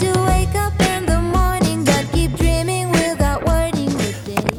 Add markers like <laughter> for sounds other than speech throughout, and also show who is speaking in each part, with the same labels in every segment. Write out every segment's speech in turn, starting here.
Speaker 1: to wake up in the morning, but keep dreaming without wording the day.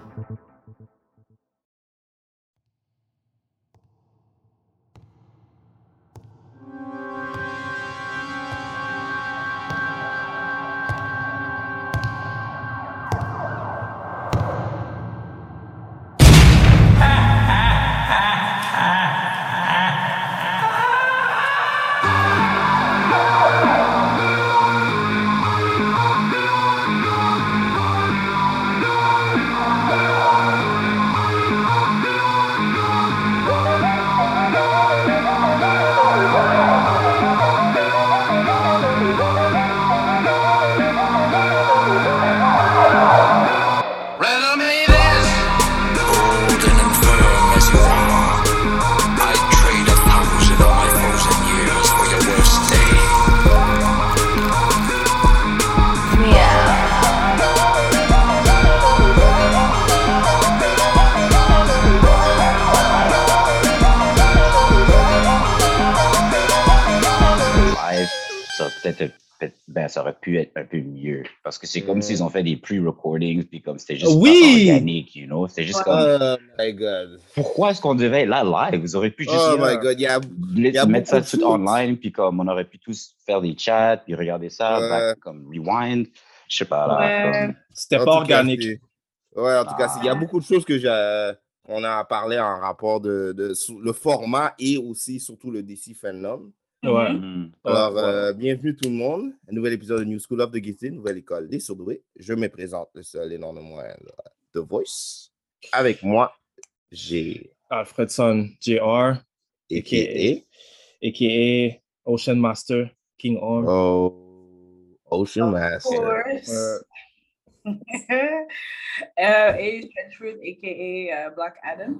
Speaker 2: Rhythm it is. Golden and firm as you are. I trade a thousand of my frozen years for your worst day.
Speaker 3: live, ça aurait peut-être peut- ben, ça aurait pu être un peu mieux. Parce que c'est comme s'ils ont fait des pre-recordings, puis comme c'était juste
Speaker 4: Mm. Oui!
Speaker 3: pas organique, you know? C'était juste comme,
Speaker 4: Oh my god.
Speaker 3: pourquoi est-ce qu'on devait être là live? Vous auriez pu juste
Speaker 4: Oh
Speaker 5: euh,
Speaker 3: dire, euh,
Speaker 4: my god, il y a.
Speaker 3: let's
Speaker 4: y a
Speaker 3: mettre ça
Speaker 4: beaucoup de
Speaker 3: tout
Speaker 4: choses.
Speaker 3: online, puis comme on aurait pu tous faire des chats, puis regarder ça,
Speaker 4: Ouais.
Speaker 3: back, comme rewind, je sais pas. Là,
Speaker 5: Ouais.
Speaker 3: comme-
Speaker 5: C'était
Speaker 4: en
Speaker 5: pas
Speaker 4: tout cas,
Speaker 5: organique.
Speaker 4: c'est- ouais, en tout cas, c'est- il y a
Speaker 3: Ah.
Speaker 4: beaucoup de choses que j'ai. euh, On a parlé en rapport de, de- sous- le format et aussi surtout le DC Fandom.
Speaker 5: Ouais.
Speaker 3: Mhm.
Speaker 4: Alors,
Speaker 5: Ouais.
Speaker 4: euh, bienvenue tout le monde. Un nouvel épisode de New School of the Gizzy, nouvelle école des surdoués. Je me présente le seul et non le moins The Voice. Avec moi, j'ai
Speaker 5: Alfredson JR,
Speaker 4: AKA
Speaker 5: a.k.a. Ocean Master, King Orm.
Speaker 4: oh, Ocean Master.
Speaker 5: Euh,
Speaker 6: course. euh, et Trenchwood, a.k.a. euh, Black Adam.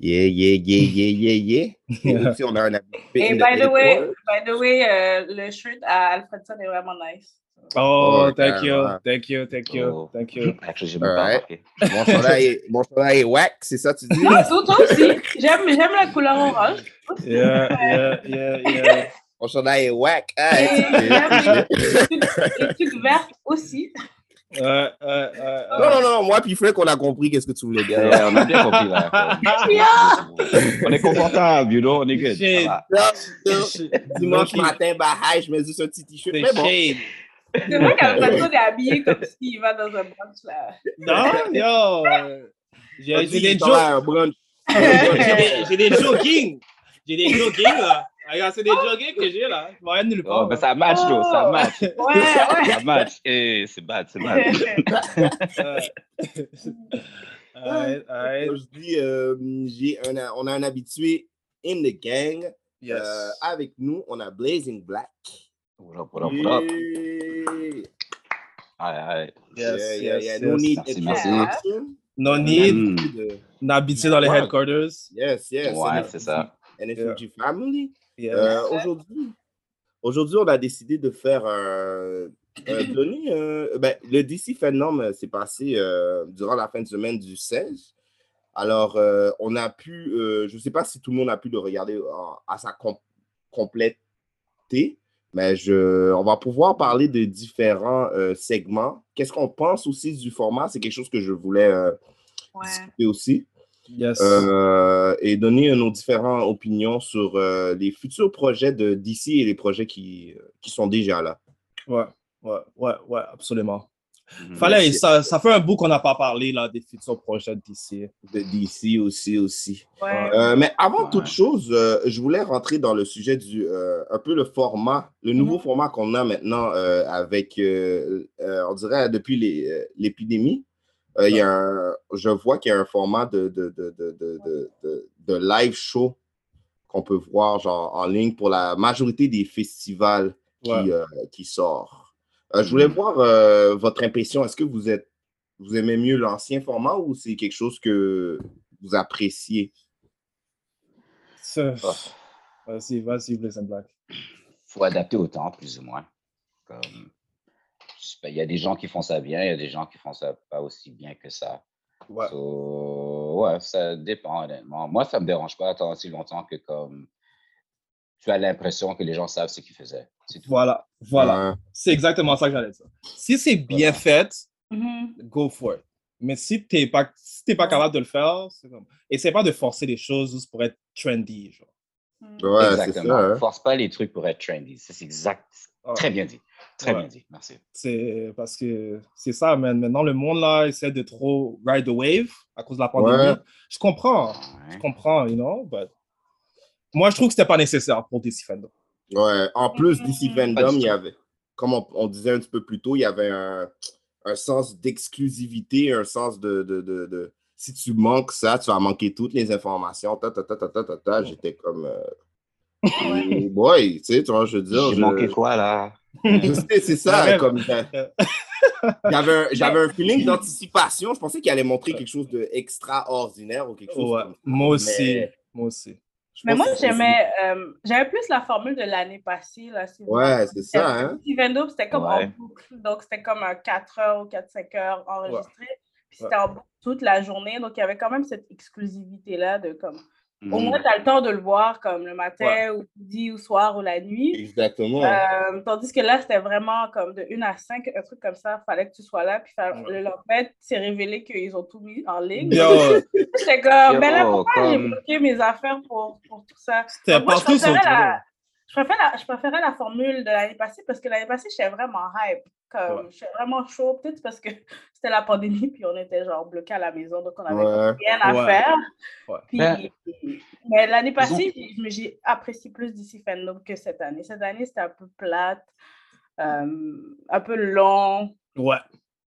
Speaker 4: Yeah, yeah, yeah, yeah,
Speaker 5: <laughs>
Speaker 4: yeah, yeah. Et aussi, on a un habit.
Speaker 6: Et by the way, by the way euh, le shirt à Alfredson est vraiment nice.
Speaker 5: oh,
Speaker 4: oh,
Speaker 5: thank you,
Speaker 4: carrément.
Speaker 5: thank you, thank you,
Speaker 3: Oh.
Speaker 5: thank you.
Speaker 3: Actually, j'ai même pas
Speaker 4: Alright.
Speaker 3: remarqué.
Speaker 4: Mon chandail est- mon chandail est whack, c'est ça que tu dis?
Speaker 6: Non, tout toi aussi. J'aime j'aime la couleur orange.
Speaker 5: Yeah, yeah, yeah, yeah.
Speaker 4: Mon chandail est whack. Ah,
Speaker 6: Et
Speaker 4: tu-
Speaker 6: j'aime les trucs- les trucs verts aussi.
Speaker 5: Ouais, ouais, ouais,
Speaker 4: <laughs> Non,
Speaker 5: ouais.
Speaker 4: non, non, moi, puis Frank, on a compris qu'est-ce que tu voulais
Speaker 3: Ouais,
Speaker 4: dire.
Speaker 5: <laughs>
Speaker 3: euh, on a bien compris là. on est
Speaker 4: <laughs>
Speaker 3: confortable, you know, on est good.
Speaker 5: Shit.
Speaker 3: Ça va.
Speaker 5: <laughs>
Speaker 4: Là,
Speaker 5: Shit.
Speaker 4: Dimanche
Speaker 5: Low-key,
Speaker 4: matin, bah, hi, je mets juste un petit t-shirt. Mais
Speaker 5: c'est
Speaker 4: bon,
Speaker 5: shade.
Speaker 6: C'est vrai
Speaker 3: <laughs>
Speaker 6: qu'Alfredson est habillé comme s'il va dans un brunch là.
Speaker 5: Non, yo. euh, J'ai j'ai des
Speaker 4: Vas-y, t'en
Speaker 5: jokes.
Speaker 4: as un brunch.
Speaker 5: <laughs> J'ai des- j'ai des jogging. J'ai des jogging là. Ah, Regarde, c'est des jogging que j'ai là. Je m'en vais nulle
Speaker 3: Oh,
Speaker 5: part.
Speaker 3: ben, ça match, though, ça match.
Speaker 6: Ouais,
Speaker 3: Ça match. Eh, c'est bad, c'est bad.
Speaker 6: ouais.
Speaker 4: <laughs>
Speaker 5: <laughs> Ouais. Alright, alright.
Speaker 4: Comme je dis, euh, j'ai un, on a un habitué in the gang.
Speaker 5: Yes.
Speaker 4: ah, Euh, avec nous, on a Blazing Black.
Speaker 3: What up, what up, what up?
Speaker 4: Yeah.
Speaker 3: Aye, aye.
Speaker 4: Yes,
Speaker 5: Yeah,
Speaker 4: yeah,
Speaker 5: yes,
Speaker 4: yeah.
Speaker 5: yes.
Speaker 4: No need
Speaker 3: Merci,
Speaker 4: introduction.
Speaker 5: No need.
Speaker 4: Mm.
Speaker 5: On a habitué dans les
Speaker 4: Ouais.
Speaker 5: headquarters.
Speaker 4: Yes, yes.
Speaker 3: Ouais,
Speaker 4: and
Speaker 3: c'est
Speaker 4: if-
Speaker 3: ça.
Speaker 4: and if you family.
Speaker 5: Yeah.
Speaker 4: Euh, aujourd'hui, aujourd'hui, on a décidé de faire un. un donner, euh, ben, le DC Phenom s'est passé euh, durant la fin de semaine du 16. Alors, euh, on a pu. euh, je ne sais pas si tout le monde a pu le regarder en- à sa com- complété, mais je, on va pouvoir parler de différents euh, segments. Qu'est-ce qu'on pense aussi du format? C'est quelque chose que je voulais euh, discuter aussi.
Speaker 5: Yes.
Speaker 4: Euh, et donner euh, nos différentes opinions sur euh, les futurs projets de DC et les projets qui, euh, qui sont déjà là.
Speaker 5: Ouais, ouais, ouais, ouais, absolument.
Speaker 3: Mhm.
Speaker 5: Fallait, ça, ça fait un bout qu'on n'a pas parlé là, des futurs projets d'ici.
Speaker 4: De DC aussi, aussi.
Speaker 5: Ouais.
Speaker 4: Euh, mais avant
Speaker 5: Ouais.
Speaker 4: toute chose, euh, je voulais rentrer dans le sujet du euh, un peu le format, le
Speaker 5: Mhm.
Speaker 4: nouveau format qu'on a maintenant euh, avec, euh, euh, on dirait depuis les, euh, l'épidémie. Euh, il y a un- je vois qu'il y a un format de, de, de, de, de- de- de- de live show qu'on peut voir genre, en ligne pour la majorité des festivals qui,
Speaker 5: Ouais. Mhm.
Speaker 4: euh, qui sort. Euh, je voulais voir euh, votre impression. Est-ce que vous êtes vous aimez mieux l'ancien format ou c'est quelque chose que vous appréciez?
Speaker 5: Ça-
Speaker 3: Ah.
Speaker 5: Vas-y, vas-y, Blaise and Black.
Speaker 3: faut adapter au temps, plus ou moins. Comme, je sais pas, il y a des gens qui font ça bien, il y a des gens qui font ça pas aussi bien que ça.
Speaker 5: Ouais.
Speaker 3: So, ouais, ça dépend, honnêtement. Moi, ça me dérange pas tant si longtemps que comme tu as l'impression que les gens savent ce qu'ils faisaient. C'est tout.
Speaker 5: Voilà, voilà. C'est exactement ça que j'allais dire. Si c'est bien fait, go for it. Mais si t'es pas, si t'es pas capable de le faire, c'est comme... essaie pas de forcer les choses juste pour être trendy. Genre.
Speaker 4: Ouais, c'est
Speaker 3: Exactement.
Speaker 4: ça, hein.
Speaker 3: Force pas les trucs pour être trendy. Ça, C'est exact. Très bien dit. Très
Speaker 5: Ouais.
Speaker 3: bien dit. Merci.
Speaker 5: Ah, C'est parce que c'est ça, man. Maintenant, le monde là essaie de trop ride the wave à cause de la pandémie.
Speaker 3: Ouais.
Speaker 5: Je comprends, je comprends, you know, but moi je trouve que c'était pas nécessaire pour DC Fandom.
Speaker 4: Ouais. En plus, d'ici
Speaker 5: Pas du
Speaker 4: Vendom, il y
Speaker 5: tout.
Speaker 4: avait, comme on, on disait un petit peu plus tôt, il y avait un, un sens d'exclusivité, un sens de, de, de, de- si tu manques ça, tu vas manquer toutes les informations. Ta, ta, ta, ta, ta, ta, ta. J'étais comme. euh, oh boy, tu sais, tu vois, je veux dire.
Speaker 3: J'ai
Speaker 4: je-
Speaker 3: manqué quoi, là?
Speaker 4: Je sais, c'est ça.
Speaker 3: Ouais.
Speaker 4: comme j'a- J'avais un, j'avais un feeling d'anticipation. Je pensais qu'il allait montrer quelque chose d'extraordinaire ou quelque chose.
Speaker 5: Ouais.
Speaker 4: comme ça.
Speaker 5: Moi aussi,
Speaker 4: Mais-
Speaker 5: moi aussi.
Speaker 6: Mais moi,
Speaker 4: pense que c'est-
Speaker 6: j'aimais euh, j'aimais plus la formule de l'année passée. Là, si vous
Speaker 4: Ouais,
Speaker 6: vous
Speaker 4: c'est
Speaker 6: rappelez.
Speaker 4: ça, hein?
Speaker 6: Petit Vendo, c'était comme
Speaker 4: Ouais.
Speaker 6: en boucle. Donc, c'était comme un 4 heures ou 4-5 heures enregistré. Puis c'était
Speaker 5: Ouais.
Speaker 6: en boucle toute la journée. Donc, il y avait quand même cette exclusivité-là de comme. Au
Speaker 3: Hmm.
Speaker 4: Mhm.
Speaker 6: moins, tu as le temps de le voir comme le matin
Speaker 4: Ouais.
Speaker 6: ou midi ou soir ou la nuit.
Speaker 4: Exactement.
Speaker 6: Euh, tandis que là, c'était vraiment comme de 1 à 5, un truc comme ça. Fallait que tu sois là. Puis fa- le lendemain, c'est révélé qu'ils ont tout mis en ligne. <laughs>
Speaker 5: Yo.
Speaker 6: J'étais comme,
Speaker 5: Yo,
Speaker 6: ben là, pourquoi j'ai
Speaker 5: comme-
Speaker 6: bloqué mes affaires pour, pour tout ça?
Speaker 5: C'était
Speaker 6: Donc, moi, je
Speaker 5: partout sur
Speaker 6: préférais
Speaker 5: Twitter.
Speaker 6: la, je, préférais la, je préférais la formule de l'année passée parce que l'année passée, j'étais vraiment hype. Comme,
Speaker 5: Ouais.
Speaker 6: J'étais vraiment chaud, peut-être parce que c'était la pandémie, puis on était genre bloqué à la maison, donc on avait
Speaker 5: Ouais.
Speaker 6: rien à
Speaker 5: Ouais.
Speaker 6: faire.
Speaker 5: Ouais.
Speaker 6: Puis,
Speaker 5: Ben-
Speaker 6: mais l'année passée, j'ai- mais j'ai apprécié plus d'ici Fandom que cette année. Cette année, c'était un peu plate, euh, un peu long,
Speaker 5: Ouais,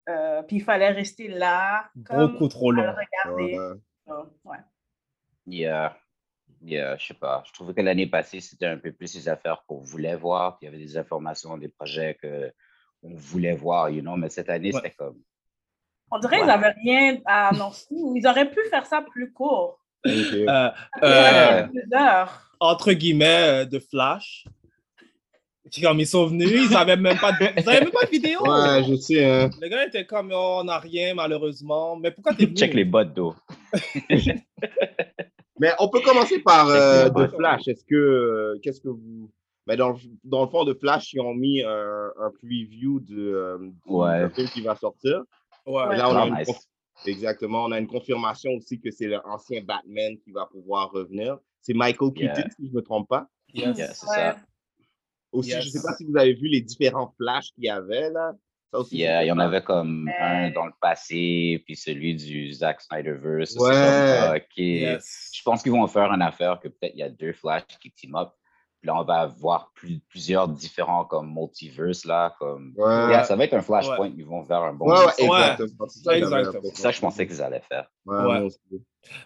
Speaker 6: euh, puis il fallait rester là.
Speaker 5: Beaucoup trop
Speaker 6: à le
Speaker 5: long.
Speaker 6: regarder. <laughs>
Speaker 3: Ouais.
Speaker 6: Donc, ouais.
Speaker 3: Yeah. Yeah, je sais pas. Je trouvais que l'année passée, c'était un peu plus les affaires qu'on voulait voir. qu'il y avait des informations, des projets que on voulait voir, you know. Mais cette année, c'était comme.
Speaker 6: On dirait qu'ils n'avaient rien à annoncer ou ils auraient pu faire ça plus court.
Speaker 5: Euh, euh,
Speaker 6: Euh, plus d'heures.
Speaker 5: entre guillemets, euh, de Flash. Qui, Comme ils sont venus, ils n'avaient même pas de, ils avaient même pas de vidéo.
Speaker 4: Ouais, je sais. hein.
Speaker 5: Le gars était comme, Oh, on n'a rien malheureusement, mais pourquoi t'es venu?
Speaker 3: Check les bottes d'eau.
Speaker 4: Mais on peut commencer par euh,
Speaker 3: Exactement.
Speaker 4: de Flash. Est-ce que euh, qu'est-ce que vous mais dans, le- dans le fond de Flash, ils ont mis un, un preview de euh, du-
Speaker 3: Ouais.
Speaker 4: d'un film qui va sortir.
Speaker 5: Ouais.
Speaker 4: Et Là, on a
Speaker 3: Ah,
Speaker 4: une
Speaker 3: nice.
Speaker 4: conf- Exactement, on a une confirmation aussi que c'est l'ancien Batman qui va pouvoir revenir. C'est Michael
Speaker 3: Yeah.
Speaker 4: Keaton, si je ne me trompe pas.
Speaker 5: Yes.
Speaker 3: Yeah, c'est ça.
Speaker 4: Aussi, je ne
Speaker 3: Yes.
Speaker 4: sais pas si vous avez vu les différents Flash qu'il y avait là. Ça aussi,
Speaker 3: Yeah, il y en
Speaker 4: c'était-
Speaker 3: avait comme un dans le passé, puis celui du Zack Snyderverse. C'est
Speaker 4: Ouais.
Speaker 3: comme, OK.
Speaker 4: Yes.
Speaker 3: Je pense qu'ils vont faire une affaire que peut-être il y a deux Flash qui team up. Puis là, on va avoir plus, plusieurs différents comme multiverse là. Comme...
Speaker 4: Ouais.
Speaker 3: Yeah, ça va être un Flashpoint. Ils vont vers un bon.
Speaker 4: Ouais, ouais,
Speaker 3: mix.
Speaker 4: exactement. C'est ça que j'avais
Speaker 3: Exactement.
Speaker 4: l'impression.
Speaker 3: C'est ça que je pensais qu'ils allaient faire.
Speaker 4: Ouais, moi aussi.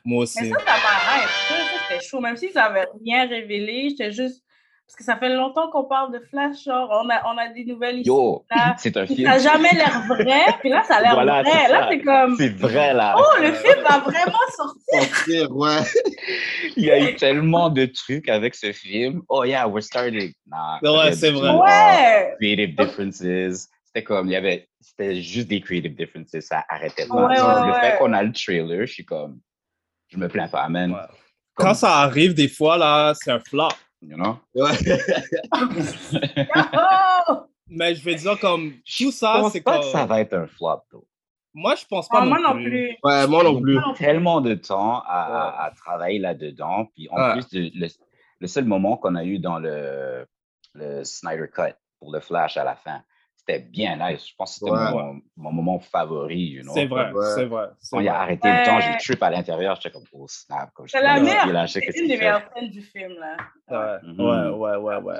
Speaker 5: Moi
Speaker 6: Mais ça, ça m'arrête. Ça, ça, c'était chaud. Même s'ils n'avaient rien révélé, j'étais juste Parce que ça fait longtemps qu'on parle de Flash, genre, on a, on a des nouvelles ici.
Speaker 3: Yo,
Speaker 6: là,
Speaker 3: c'est un
Speaker 6: qui-
Speaker 3: film.
Speaker 6: Ça n'a jamais l'air vrai. Puis là, ça a l'air
Speaker 3: Voilà,
Speaker 6: vrai.
Speaker 3: c'est
Speaker 6: là,
Speaker 3: ça.
Speaker 6: c'est comme.
Speaker 3: C'est vrai, là.
Speaker 6: Oh, le film va vraiment sortir.
Speaker 3: Il y a eu tellement de trucs avec ce film. Oh yeah, we're starting. Nah,
Speaker 5: Ouais,
Speaker 3: il y avait
Speaker 5: c'est
Speaker 3: du-
Speaker 5: vrai.
Speaker 6: Ouais.
Speaker 3: Creative differences. C'était comme, il y avait, c'était juste des creative differences. Ça arrêtait pas.
Speaker 5: Ouais,
Speaker 3: Genre,
Speaker 5: ouais,
Speaker 3: le
Speaker 5: ouais.
Speaker 3: fait qu'on a le trailer, je suis comme, je me plains pas, man.
Speaker 5: Quand ça arrive, des fois, là, c'est un flop.
Speaker 3: You know?
Speaker 5: Mais je vais dire comme tout
Speaker 3: Je
Speaker 5: ça,
Speaker 3: pense
Speaker 5: c'est
Speaker 3: pas
Speaker 5: comme.
Speaker 3: que ça va être un flop, though.
Speaker 5: Moi, je pense pas.
Speaker 6: Ah, moi
Speaker 5: non
Speaker 6: non
Speaker 5: plus.
Speaker 6: plus.
Speaker 4: Ouais, moi non plus.
Speaker 3: Tellement de temps à, à- à travailler là-dedans. Puis en
Speaker 5: Ouais.
Speaker 3: plus, de- le, le seul moment qu'on a eu dans le, le Snyder Cut pour le Flash à la fin, c'était bien nice. Je pense que c'était
Speaker 5: Ouais.
Speaker 3: mon, mon moment favori. you know.
Speaker 5: C'est vrai, c'est vrai. c'est
Speaker 3: Quand il a
Speaker 5: vrai.
Speaker 3: arrêté le temps, j'ai
Speaker 6: Ouais.
Speaker 3: trip à l'intérieur. J'étais comme, oh snap. Comme
Speaker 6: C'est la
Speaker 3: j'étais là,
Speaker 6: meilleure.
Speaker 3: il a
Speaker 6: C'est
Speaker 3: acheté qu'est-ce
Speaker 6: une des
Speaker 3: qu'il fait.
Speaker 6: meilleures scènes du film, là.
Speaker 5: Ouais,
Speaker 3: Mhm.
Speaker 5: ouais, ouais, ouais, ouais. Ouais,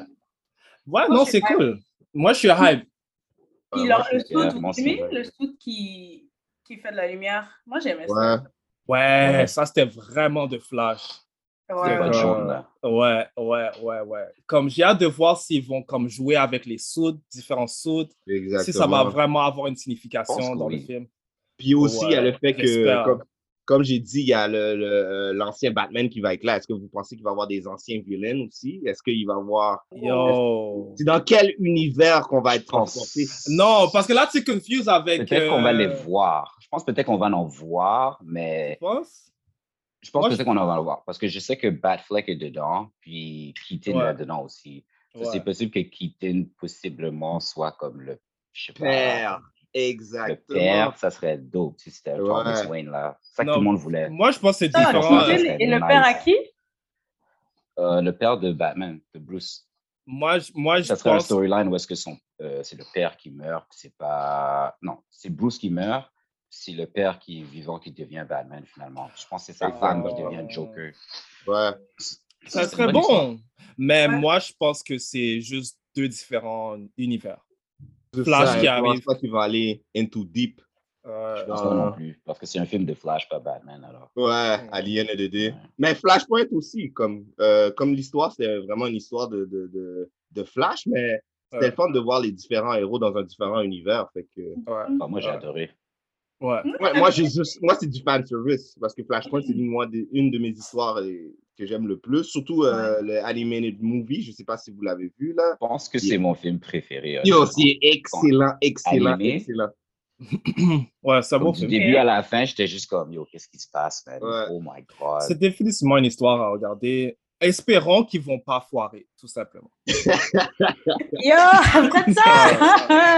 Speaker 6: Moi,
Speaker 5: non,
Speaker 6: je suis
Speaker 5: c'est
Speaker 6: hype.
Speaker 5: cool. Moi, je suis hype.
Speaker 6: Puis
Speaker 5: Ouais,
Speaker 6: leur-
Speaker 5: moi, je
Speaker 6: le
Speaker 5: suis fier,
Speaker 6: soute,
Speaker 5: moi
Speaker 6: vous
Speaker 5: aussi,
Speaker 6: aimez
Speaker 5: ouais.
Speaker 6: le soute qui, qui fait de la lumière? Moi, j'aimais ça.
Speaker 5: Ouais. Ouais, ça, c'était vraiment de flash.
Speaker 6: Ouais,
Speaker 5: C'était
Speaker 6: ouais.
Speaker 5: comme-
Speaker 3: jaune, là.
Speaker 5: ouais, ouais, ouais, ouais. Comme j'ai hâte de voir s'ils vont comme jouer avec les soudes, différents soudes, si ça va
Speaker 4: Exactement.
Speaker 5: vraiment avoir une
Speaker 4: Je pense
Speaker 5: signification
Speaker 4: que
Speaker 5: dans le
Speaker 4: oui.
Speaker 5: film.
Speaker 4: Puis aussi, il y a le
Speaker 5: Ouais,
Speaker 4: fait que,
Speaker 5: j'espère.
Speaker 4: comme, comme j'ai dit, il y a le- le- l'ancien Batman qui va être là. Est-ce que vous pensez qu'il va y avoir des anciens vilains aussi? Est-ce qu'il va y avoir.
Speaker 6: Oh.
Speaker 5: Yo.
Speaker 4: C'est dans quel univers qu'on va être
Speaker 5: Oh,
Speaker 4: transporté?
Speaker 5: Non, parce que là, tu es confuse avec.
Speaker 3: Peut-être qu'on va
Speaker 5: euh,
Speaker 3: les voir. Je pense peut-être qu'on va en voir, mais
Speaker 5: Tu penses?
Speaker 3: je pense
Speaker 5: Moi,
Speaker 3: peut-être qu'on en va en voir. Parce que je sais que Batfleck est dedans, puis Keaton
Speaker 5: Ouais.
Speaker 3: est dedans aussi. So,
Speaker 5: Ouais.
Speaker 3: C'est possible que Keaton, possiblement, soit comme le je sais pas,
Speaker 4: Père.
Speaker 3: Le
Speaker 4: Exactement.
Speaker 3: père, ça serait dope si c'était un
Speaker 4: Ouais.
Speaker 3: Thomas Wayne, là. C'est ça que
Speaker 5: Non,
Speaker 3: tout le monde voulait.
Speaker 5: Moi, je pense que c'est
Speaker 6: Ça,
Speaker 5: différent.
Speaker 6: Keaton
Speaker 3: ça,
Speaker 6: et le
Speaker 3: c'est
Speaker 6: père à
Speaker 3: nice.
Speaker 6: qui?
Speaker 3: Euh, le père de Batman, de Bruce.
Speaker 5: Moi, je- moi, je
Speaker 3: ça serait un
Speaker 5: pense.
Speaker 3: storyline où est-ce que son, euh, c'est le père qui meurt, puis c'est pas... Non, c'est Bruce qui meurt, c'est le père qui est vivant qui devient Batman, finalement. Je pense que c'est sa
Speaker 5: Ah.
Speaker 3: femme qui devient Joker.
Speaker 4: Ouais.
Speaker 3: C'est
Speaker 5: Ça
Speaker 3: une
Speaker 5: serait
Speaker 3: bonne histoire.
Speaker 5: bon. Mais
Speaker 6: Ouais.
Speaker 5: moi, je pense que c'est juste deux différents univers.
Speaker 4: C'est
Speaker 5: Flash
Speaker 4: ça,
Speaker 5: qui
Speaker 4: Je pense
Speaker 5: arrive.
Speaker 4: pas qu'il va aller into deep.
Speaker 5: Euh,
Speaker 3: Je pense pas non plus, parce que c'est un film de Flash, pas Batman, alors.
Speaker 4: Ouais, Alien et DD. Mais Flashpoint aussi, comme, euh, comme l'histoire, c'était vraiment une histoire de, de, de, de Flash, mais c'était
Speaker 5: Ouais.
Speaker 4: le fun de voir les différents héros dans un différent univers. Fait que...
Speaker 5: ouais,
Speaker 3: Enfin, moi, j'ai
Speaker 5: Ouais.
Speaker 3: adoré.
Speaker 5: ouais.
Speaker 4: Ouais, moi, j'ai juste- moi, c'est du fan service parce que Flashpoint, c'est une, moi, des- une de mes histoires euh, que j'aime le plus. Surtout euh, le animated movie, je sais pas si vous l'avez vu là.
Speaker 3: Je pense que
Speaker 4: Yeah.
Speaker 3: c'est mon film préféré.
Speaker 4: Yo,
Speaker 3: honnêtement.
Speaker 4: c'est excellent, excellent,
Speaker 3: Animé.
Speaker 4: excellent.
Speaker 5: Ouais, Ah c'est un
Speaker 3: Comme
Speaker 5: beau
Speaker 3: du
Speaker 5: film.
Speaker 3: début à la fin, j'étais juste comme, yo, qu'est-ce qui se passe, man?
Speaker 4: Ouais.
Speaker 3: Oh my God.
Speaker 5: C'est définitivement une histoire à regarder. Espérons qu'ils vont pas foirer, tout simplement.
Speaker 6: <laughs> Yo, après ça!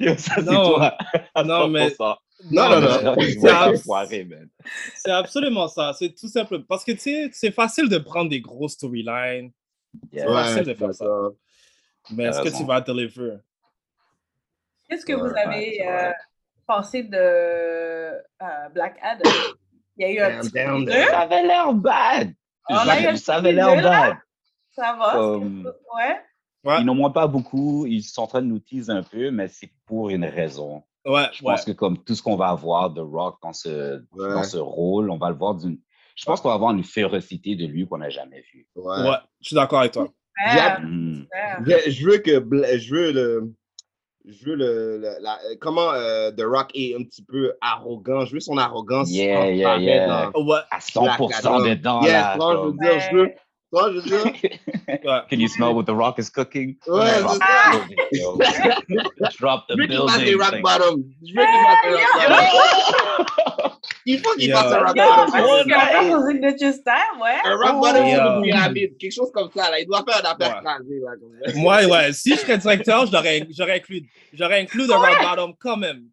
Speaker 3: Yo, ça, c'est
Speaker 5: Non.
Speaker 3: toi. à
Speaker 5: Ah Non, mais-
Speaker 3: 100%.
Speaker 4: Non,
Speaker 3: <laughs>
Speaker 4: non, non.
Speaker 3: C'est
Speaker 5: ab-
Speaker 3: foiré, man.
Speaker 5: C'est absolument ça. C'est tout simple. Parce que, tu sais, c'est facile de prendre des grosses storylines,
Speaker 3: Yeah.
Speaker 5: Ouais, c'est de
Speaker 4: c'est
Speaker 5: faire ça.
Speaker 4: ça.
Speaker 5: mais est-ce
Speaker 3: T'as
Speaker 5: que
Speaker 3: raison.
Speaker 5: tu vas deliver?
Speaker 6: Qu'est-ce que
Speaker 4: Ouais,
Speaker 6: vous
Speaker 4: ouais,
Speaker 6: avez
Speaker 3: c'est vrai.
Speaker 6: euh, pensé de euh, Black Adam? Il y a eu un
Speaker 4: Damn,
Speaker 6: petit
Speaker 4: damn,
Speaker 6: deux, Oh,
Speaker 4: damn.
Speaker 3: Ça avait l'air bad.
Speaker 6: On a eu un
Speaker 3: J'avoue, Ça avait
Speaker 6: petit
Speaker 3: l'air
Speaker 6: deux, là.
Speaker 3: bad.
Speaker 6: ça va?
Speaker 3: Comme-
Speaker 6: c'est- Ouais.
Speaker 5: Ouais,
Speaker 3: Ils n'en montrent pas beaucoup. Ils sont en train de nous teaser un peu, mais c'est pour une raison.
Speaker 5: ouais,
Speaker 3: Je
Speaker 5: ouais.
Speaker 3: pense que comme tout ce qu'on va avoir de Rock dans ce,
Speaker 4: Ouais.
Speaker 3: dans ce rôle, on va le voir d'une... Je pense qu'on va avoir une férocité de lui qu'on n'a jamais vue.
Speaker 4: Ouais.
Speaker 5: Ouais, je suis d'accord avec toi.
Speaker 6: Ouais,
Speaker 3: Mm.
Speaker 6: ouais.
Speaker 4: Je, je veux que Bla- je veux le je veux le, le- la- comment euh, The Rock est un petit peu arrogant. Je veux son arrogance.
Speaker 3: Yeah,
Speaker 4: transparaître
Speaker 3: yeah, yeah.
Speaker 4: dans
Speaker 5: Ouais,
Speaker 3: À 100%
Speaker 4: Black Adam.
Speaker 3: dedans,
Speaker 4: Yes,
Speaker 3: là.
Speaker 4: non, je veux
Speaker 3: comme-
Speaker 4: dire, je veux. non, je veux dire,
Speaker 5: ouais.
Speaker 3: Can you smell what The Rock is cooking?
Speaker 4: Ouais,
Speaker 3: Drop
Speaker 4: c'est
Speaker 3: the building, yo. <laughs> Drop the
Speaker 4: je veux qu'il fasse des
Speaker 3: building.
Speaker 4: rock
Speaker 3: like-
Speaker 4: bottom. Je veux qu'il fasse des rock bottom.
Speaker 3: <laughs>
Speaker 4: Il faut qu'il
Speaker 5: Yo.
Speaker 4: fasse un rock
Speaker 6: Yo,
Speaker 4: bottom.
Speaker 6: parce
Speaker 3: Oh,
Speaker 6: qu'il a fait
Speaker 3: nice.
Speaker 6: son signature style, ouais.
Speaker 4: Un rock bottom
Speaker 5: Yo.
Speaker 4: sur une pyramide, quelque chose comme ça. Là. Il doit faire un affaire
Speaker 5: Ouais.
Speaker 4: crasée, là, comme
Speaker 3: <laughs>
Speaker 4: ça. <laughs>
Speaker 5: Moi, ouais, si je serais directeur, je l'aurais- j'aurais inclus, j'aurais inclus The Rock Bottom quand même.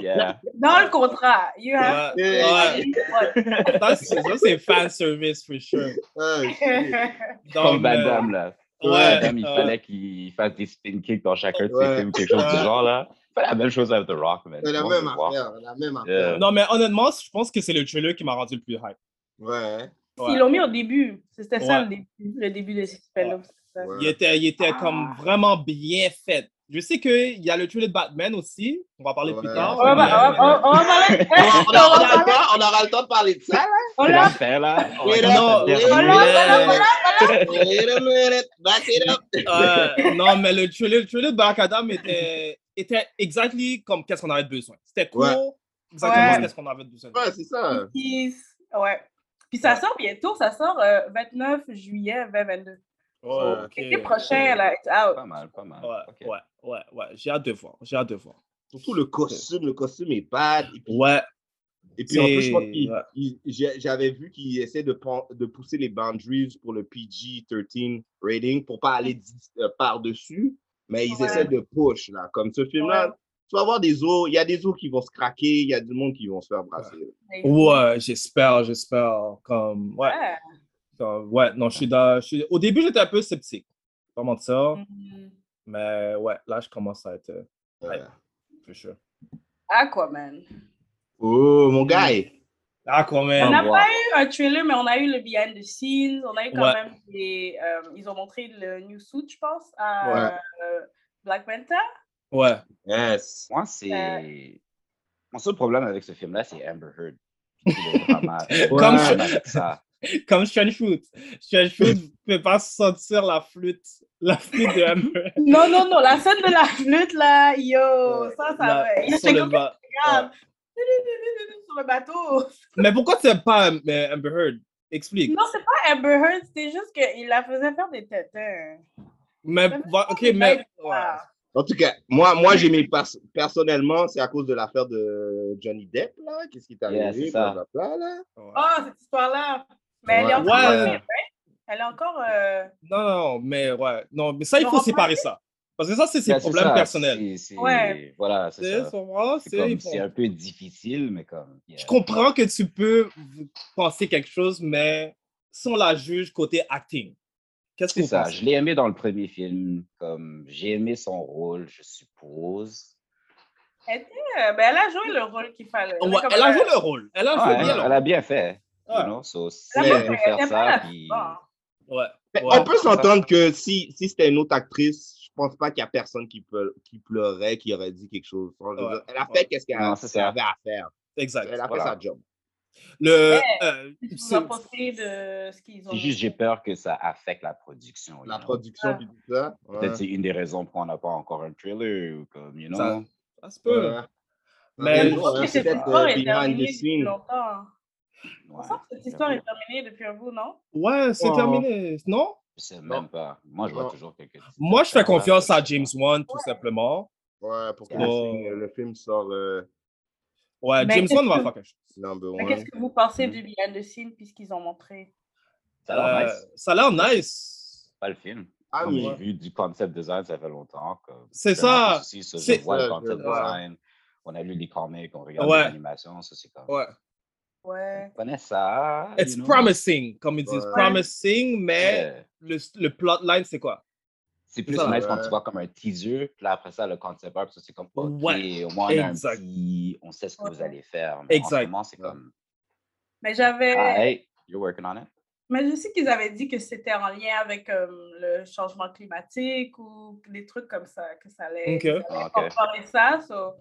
Speaker 3: Yeah.
Speaker 6: Dans le contrat, you have
Speaker 5: Ouais,
Speaker 4: Yeah.
Speaker 5: ouais. Ça, c'est ça, c'est fan service for sure.
Speaker 4: Euh,
Speaker 3: <laughs> Comme
Speaker 5: Donc,
Speaker 3: Van
Speaker 5: euh,
Speaker 3: Damme, là.
Speaker 5: ouais,
Speaker 3: Van Damme, il
Speaker 5: euh,
Speaker 3: fallait qu'il fasse des spin kicks dans chacun de ses
Speaker 4: Ouais.
Speaker 3: films, quelque chose du
Speaker 5: Ouais.
Speaker 3: genre, là. Il fait la même chose avec The Rock, man.
Speaker 4: C'est la
Speaker 3: Tout le monde
Speaker 4: même
Speaker 3: veut voir.
Speaker 4: affaire. La même
Speaker 3: Yeah.
Speaker 4: affaire.
Speaker 5: Non, mais honnêtement, je pense que c'est le trailer qui m'a rendu le plus hype.
Speaker 4: Ouais.
Speaker 5: Ouais.
Speaker 6: Ils l'ont mis au début. C'était ça
Speaker 5: Ouais.
Speaker 6: le début, le début de Six Phantoms.
Speaker 4: Ouais.
Speaker 5: Il était, il était comme vraiment bien fait. Je sais qu'il y a le trailer de Batman aussi. On va parler plus tard.
Speaker 6: On va- on va- on- on va parler-
Speaker 5: On aura- on aura- on aura le temps.
Speaker 3: on aura le temps de parler de ça, là.
Speaker 6: On
Speaker 3: C'est
Speaker 6: l'a-
Speaker 3: l'affaire, là. On
Speaker 5: Wait
Speaker 3: attend
Speaker 5: up,
Speaker 3: cette
Speaker 5: wait
Speaker 4: Oh,
Speaker 3: dernière.
Speaker 5: Wait
Speaker 3: a minute, back it up.
Speaker 5: Euh, non, mais le trailer, le trailer de Black Adam était, était exactly comme qu'est-ce qu'on avait besoin. C'était court,
Speaker 4: Ouais.
Speaker 5: exactement
Speaker 6: Ouais.
Speaker 5: qu'est-ce qu'on avait besoin.
Speaker 4: Ouais, c'est ça.
Speaker 6: Puis, ouais. Puis ça sort bientôt, ça sort euh, 29 juillet 2022.
Speaker 5: Oh,
Speaker 6: So,
Speaker 5: ok.
Speaker 6: L'été prochain, là, it's out.
Speaker 3: Pas mal, pas mal.
Speaker 5: Ouais, ouais, ouais, ouais. J'ai hâte de voir. J'ai hâte de voir.
Speaker 4: Surtout le costume, le costume est bad. Et puis,
Speaker 5: Ouais.
Speaker 4: et puis en plus, je crois
Speaker 5: c'est-
Speaker 4: qu'il-
Speaker 5: ouais.
Speaker 4: il- j'ai- j'avais vu qu'il essaie de, pen- de pousser les boundaries pour le PG-13 rating pour pas aller dix- euh, par-dessus, mais ils
Speaker 6: Ouais.
Speaker 4: essaient de push, là. Comme ce film-là,
Speaker 6: Ouais.
Speaker 4: tu vas avoir des os, il y a des os qui vont se craquer, il y a du monde qui vont se faire brasser. là.
Speaker 5: Ouais, j'espère, j'espère. Comme, ouais.
Speaker 6: Ouais.
Speaker 5: Comme, ouais, non, je suis dans- je suis- Au début, j'étais un peu sceptique. Comment ça?
Speaker 6: Mhm.
Speaker 5: Mais ouais, là, je commence à être. euh, Ouais. For sure.
Speaker 6: Aquaman.
Speaker 4: Oh, mon gars!
Speaker 5: Ah, quand même.
Speaker 6: On n'a
Speaker 3: wow.
Speaker 6: pas eu un trailer, mais on a eu le behind the scenes. On a eu quand
Speaker 5: Ouais.
Speaker 6: même des. euh, ils ont montré le new suit, je pense, à euh, Black Panther.
Speaker 5: Ouais.
Speaker 4: Yes!
Speaker 3: Moi, c'est. Mon seul problème avec ce film-là, c'est Amber Heard. Le drama.
Speaker 5: Comme
Speaker 3: Le
Speaker 5: je-
Speaker 3: drama avec ça.
Speaker 5: Comme Strange Fruit. Strange Fruit ne peut pas sentir la flûte. La flûte de Hammer.
Speaker 6: <laughs> Non, non, non, la scène de la flûte, là, yo, ça, ça
Speaker 5: Là,
Speaker 6: va. Il y a
Speaker 5: sur le
Speaker 6: quelqu'un qui <laughs>
Speaker 5: bas.
Speaker 6: regarde. Sur le bateau.
Speaker 5: Mais pourquoi tu n'aimes pas euh, Amber Heard? Explique.
Speaker 6: Non, c'est pas Amber Heard, c'était juste qu'il la faisait faire des tétins.
Speaker 5: Mais, va- ok, mais. ouais.
Speaker 6: Ah.
Speaker 4: En tout cas, moi, moi j'aimais pas. Personnellement, c'est à cause de l'affaire de Johnny Depp, là. Qu'est-ce qui t'est
Speaker 3: Yeah,
Speaker 4: arrivé?
Speaker 3: c'est ça.
Speaker 4: blablabla, là.
Speaker 6: Oh, cette histoire-là. Mais elle est
Speaker 4: Ouais.
Speaker 6: encore.
Speaker 5: Ouais.
Speaker 6: enfermée, hein? Elle est encore. euh,
Speaker 5: Non, non, mais ouais. Non, mais ça, il
Speaker 6: On
Speaker 5: faut
Speaker 6: va
Speaker 5: séparer ça. Parce que ça, c'est ses
Speaker 3: Yeah, Ben, c'est
Speaker 5: problèmes
Speaker 3: ça,
Speaker 5: personnels.
Speaker 3: c'est- c'est-
Speaker 6: Ouais.
Speaker 3: Voilà, c'est
Speaker 5: C'est
Speaker 3: ça.
Speaker 5: son bras,
Speaker 3: C'est
Speaker 5: c'est-
Speaker 3: comme-
Speaker 5: il faut-
Speaker 3: C'est un peu difficile, mais comme. yeah.
Speaker 5: Je comprends que tu peux penser quelque chose, mais si on la juge côté acting, qu'est-ce que
Speaker 3: C'est
Speaker 5: vous
Speaker 3: ça.
Speaker 5: pensez?
Speaker 3: Je l'ai aimé dans le premier film. Comme j'ai aimé son rôle, je suppose.
Speaker 6: Elle, était, euh, ben, elle a joué le rôle qu'il fallait.
Speaker 5: Ouais,
Speaker 6: Comme,
Speaker 5: elle a
Speaker 6: euh,
Speaker 5: joué le rôle. Elle a
Speaker 3: Ouais,
Speaker 5: joué Ah, bien
Speaker 3: Ah, elle,
Speaker 5: le
Speaker 3: elle a bien fait. you
Speaker 5: Ouais.
Speaker 3: know, so, si
Speaker 6: Elle a
Speaker 3: elle
Speaker 6: pas
Speaker 3: peut
Speaker 6: fait- elle
Speaker 3: faire
Speaker 6: était pas
Speaker 3: ça,
Speaker 6: là-
Speaker 3: puis
Speaker 6: bon.
Speaker 5: rôle. Ouais,
Speaker 4: Mais
Speaker 5: ouais.
Speaker 4: On peut s'entendre que si, si c'était une autre actrice, je pense pas qu'il y a personne qui, peut, qui pleurait, qui aurait dit quelque chose. Je veux dire,
Speaker 5: Ouais.
Speaker 4: Elle a fait qu'est-ce qu'elle
Speaker 3: Non, c'est ça.
Speaker 4: avait à faire.
Speaker 5: Exact.
Speaker 4: Elle a
Speaker 3: Voilà.
Speaker 4: fait sa job.
Speaker 5: Le,
Speaker 6: Eh,
Speaker 5: euh,
Speaker 6: Ils
Speaker 5: c'est-
Speaker 6: ont apporté de ce qu'ils ont.
Speaker 3: c'est juste j'ai peur que ça affecte la production. you
Speaker 4: La
Speaker 3: know.
Speaker 4: production,
Speaker 6: Ah.
Speaker 4: puis tout ça. Ouais.
Speaker 3: Peut-être c'est une des raisons pourquoi on n'a pas encore un trailer ou comme, you know.
Speaker 5: Ça- ça se peut.
Speaker 4: Ouais.
Speaker 5: Mais-
Speaker 4: Ouais,
Speaker 6: Je pense que
Speaker 4: ouais,
Speaker 6: cette
Speaker 4: peut-être,
Speaker 6: histoire
Speaker 4: euh,
Speaker 6: est
Speaker 4: behind
Speaker 6: terminée
Speaker 4: the
Speaker 6: depuis
Speaker 4: scenes.
Speaker 6: longtemps. On
Speaker 3: Ouais,
Speaker 6: sent que cette histoire est
Speaker 3: j'avoue,
Speaker 6: terminée depuis un bout, non?
Speaker 5: Ouais, c'est
Speaker 4: Ouais.
Speaker 5: terminé. Non?
Speaker 3: Je sais même pas. Moi, je vois
Speaker 4: Non.
Speaker 3: toujours quelques. petites
Speaker 5: Moi, je fais
Speaker 3: affaires, là,
Speaker 5: confiance
Speaker 3: je sais
Speaker 5: à
Speaker 3: pas.
Speaker 5: James Wan, tout simplement.
Speaker 4: Ouais, pour que
Speaker 5: Ouais.
Speaker 4: le- le film sort euh,
Speaker 5: Ouais,
Speaker 6: Mais
Speaker 5: James
Speaker 6: qu'est-ce
Speaker 5: Wan va
Speaker 6: que-
Speaker 5: faire quelque chose.
Speaker 4: number
Speaker 6: Mais
Speaker 4: one.
Speaker 6: qu'est-ce que vous pensez du behind the scenes puisqu'ils ont montré?
Speaker 3: Ça a l'air
Speaker 5: Euh,
Speaker 3: nice.
Speaker 5: Ça a l'air nice.
Speaker 3: Pas le film.
Speaker 4: Ah,
Speaker 3: Comme
Speaker 4: mais-
Speaker 3: j'ai vu du concept design, ça fait longtemps. comme,
Speaker 5: C'est
Speaker 3: je demande
Speaker 5: ça.
Speaker 3: pas de soucis, ça,
Speaker 5: C'est-
Speaker 3: Je vois le
Speaker 4: Ouais,
Speaker 3: concept
Speaker 4: je vois.
Speaker 3: design. On a lu les comics, on regarde
Speaker 5: Ouais.
Speaker 3: l'animation. Ça, c'est comme.
Speaker 5: Ouais.
Speaker 6: Ouais.
Speaker 3: On connaît ça.
Speaker 5: It's
Speaker 3: you know.
Speaker 5: promising, comme ils disent.
Speaker 4: Ouais.
Speaker 5: Promising, mais
Speaker 3: Ouais.
Speaker 5: le, le plotline, c'est
Speaker 3: Euh,
Speaker 5: quoi?
Speaker 3: C'est plus
Speaker 5: ça,
Speaker 3: nice quand
Speaker 4: ouais.
Speaker 3: tu vois comme un teaser, puis là, après ça, le concept art, ça, c'est comme, OK,
Speaker 5: Ouais,
Speaker 3: au moins on a un
Speaker 5: exact.
Speaker 3: petit, on sait ce que vous allez faire. Mais En
Speaker 5: Exact.
Speaker 3: ce moment, c'est comme,
Speaker 6: Mais j'avais.
Speaker 3: ah, hey, you're working on it.
Speaker 6: Mais je sais qu'ils avaient dit que c'était en lien avec euh, le changement climatique ou des trucs comme ça, que ça allait
Speaker 5: Ok.
Speaker 6: qu'ils allaient
Speaker 3: Ah, ok.
Speaker 6: incorporer ça. so,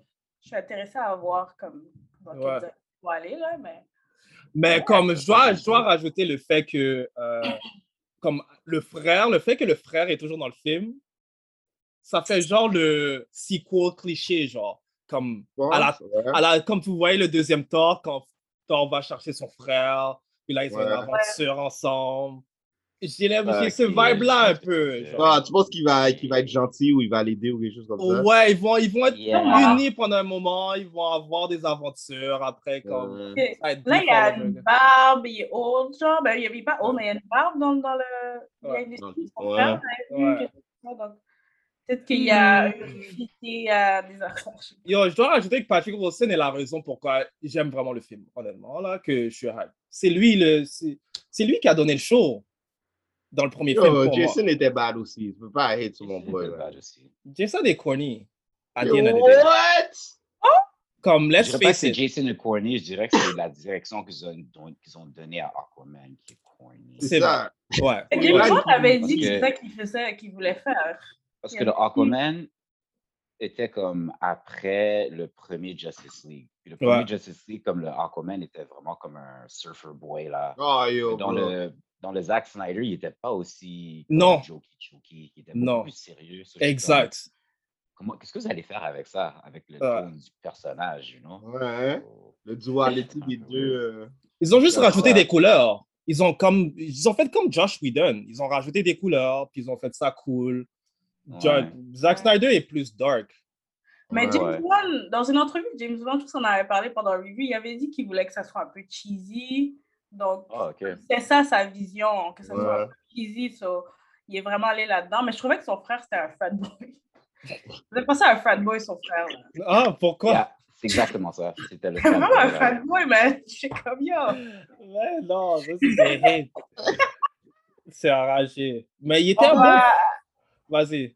Speaker 6: je suis intéressée à voir comme dans quelle
Speaker 5: Ouais.
Speaker 6: direction ils vont aller là, mais
Speaker 5: Mais comme je dois, je dois rajouter le fait que euh, comme le frère, le fait que le frère est toujours dans le film, ça fait genre le sequel cliché, genre comme à la,
Speaker 4: Ouais.
Speaker 5: à la- comme vous voyez le deuxième Thor quand Thor va chercher son frère, puis là ils ont
Speaker 4: Ouais.
Speaker 5: une aventure ensemble. J'ai l'aim-
Speaker 3: Ouais,
Speaker 5: j'ai ce
Speaker 3: qui-
Speaker 5: vibe là un
Speaker 3: qui-
Speaker 5: peu.
Speaker 3: qui-
Speaker 5: genre.
Speaker 4: Ah, tu penses qu'il va, qu'il va être gentil ou il va l'aider ou quelque chose comme ça?
Speaker 5: Ouais, ils vont, ils vont être
Speaker 3: Yeah.
Speaker 5: unis pendant un moment, ils vont avoir des aventures après comme.
Speaker 4: Euh,
Speaker 6: Ok.
Speaker 5: ça va être
Speaker 6: là, il y a
Speaker 5: différent,
Speaker 6: une
Speaker 5: genre.
Speaker 6: barbe, il est old, genre. Ben, il n'y avait pas old, mais il y a une barbe dans, dans le. Il y a
Speaker 5: Ouais.
Speaker 6: une
Speaker 4: Dans le-
Speaker 6: espèce de
Speaker 4: ouais.
Speaker 6: barbe, j'avais vu
Speaker 5: Ouais.
Speaker 6: que- donc, Peut-être qu'il y a une fité à des affaires.
Speaker 5: Yo, je dois rajouter que Patrick Wilson est la raison pourquoi j'aime vraiment le film, honnêtement, là, que je suis hype. C'est lui, le, c'est, c'est lui qui a donné le show dans le premier film
Speaker 4: Yo,
Speaker 5: pour
Speaker 4: Jason
Speaker 5: moi.
Speaker 4: était bad aussi. Tu peux pas hate sur mon boy. là.
Speaker 3: Bad aussi.
Speaker 5: Jason est corny. À the
Speaker 4: Yo,
Speaker 5: end of the day.
Speaker 4: What?
Speaker 5: Comme,
Speaker 3: Je
Speaker 5: let's
Speaker 3: dirais pas que
Speaker 5: face
Speaker 3: c'est
Speaker 5: it,
Speaker 3: Jason le corny, je dirais que c'est la direction qu'ils ont, don- qu'ils ont donnée à Aquaman qui est corny.
Speaker 5: C'est
Speaker 4: C'est ça.
Speaker 5: ouais.
Speaker 6: James Bond avait
Speaker 3: parce
Speaker 6: dit que
Speaker 3: que-
Speaker 6: c'est ça qu'il faisait, qu'il voulait faire.
Speaker 3: Parce que le Aquaman, était comme après le premier Justice League. Puis le premier
Speaker 5: Ouais.
Speaker 3: Justice League, comme le Aquaman, était vraiment comme un surfer boy, là.
Speaker 4: Oh, yo,
Speaker 3: Mais dans,
Speaker 4: bro.
Speaker 3: le, dans le Zack Snyder, il n'était pas aussi
Speaker 5: Non.
Speaker 3: jokey, jokey, il était beaucoup
Speaker 5: Non.
Speaker 3: plus sérieux. So, j'étais
Speaker 5: Exact. Euh.
Speaker 3: comme, comment- Qu'est-ce que vous allez faire avec ça, avec le
Speaker 5: Ouais.
Speaker 3: ton du personnage, you know?
Speaker 4: Ouais, hein? Le duality des deux. euh,
Speaker 5: Ils ont juste
Speaker 4: Ouais.
Speaker 5: rajouté des couleurs. Ils ont, comme, ils ont fait comme Josh Whedon. Ils ont rajouté des couleurs, puis ils ont fait ça cool. Jo-
Speaker 3: Ouais.
Speaker 5: Zack Snyder est plus dark.
Speaker 6: Mais
Speaker 5: Ouais.
Speaker 6: James
Speaker 5: Ouais.
Speaker 6: Wan, dans une entrevue, James Wan, je pense qu'on en avait parlé pendant le review, il avait dit qu'il voulait que ça soit un peu cheesy. Donc,
Speaker 3: Ah, ok.
Speaker 6: c'est ça sa vision, que ça soit un
Speaker 3: Ouais.
Speaker 6: peu cheesy. so, il est vraiment allé là-dedans. Mais je trouvais que son frère, c'était un fat boy. Vous pas ça un fat boy, son frère. là.
Speaker 5: Ah, pourquoi?
Speaker 3: c'est exactement ça.
Speaker 6: <laughs>
Speaker 3: C'était le
Speaker 6: C'est vraiment un
Speaker 3: fan
Speaker 6: fat boy, mais je suis comme yo.
Speaker 5: Ouais, non, ça, c'est des hates. <laughs> C'est enragé. Mais il était
Speaker 6: On
Speaker 5: un
Speaker 6: va-
Speaker 5: bon- Vas-y.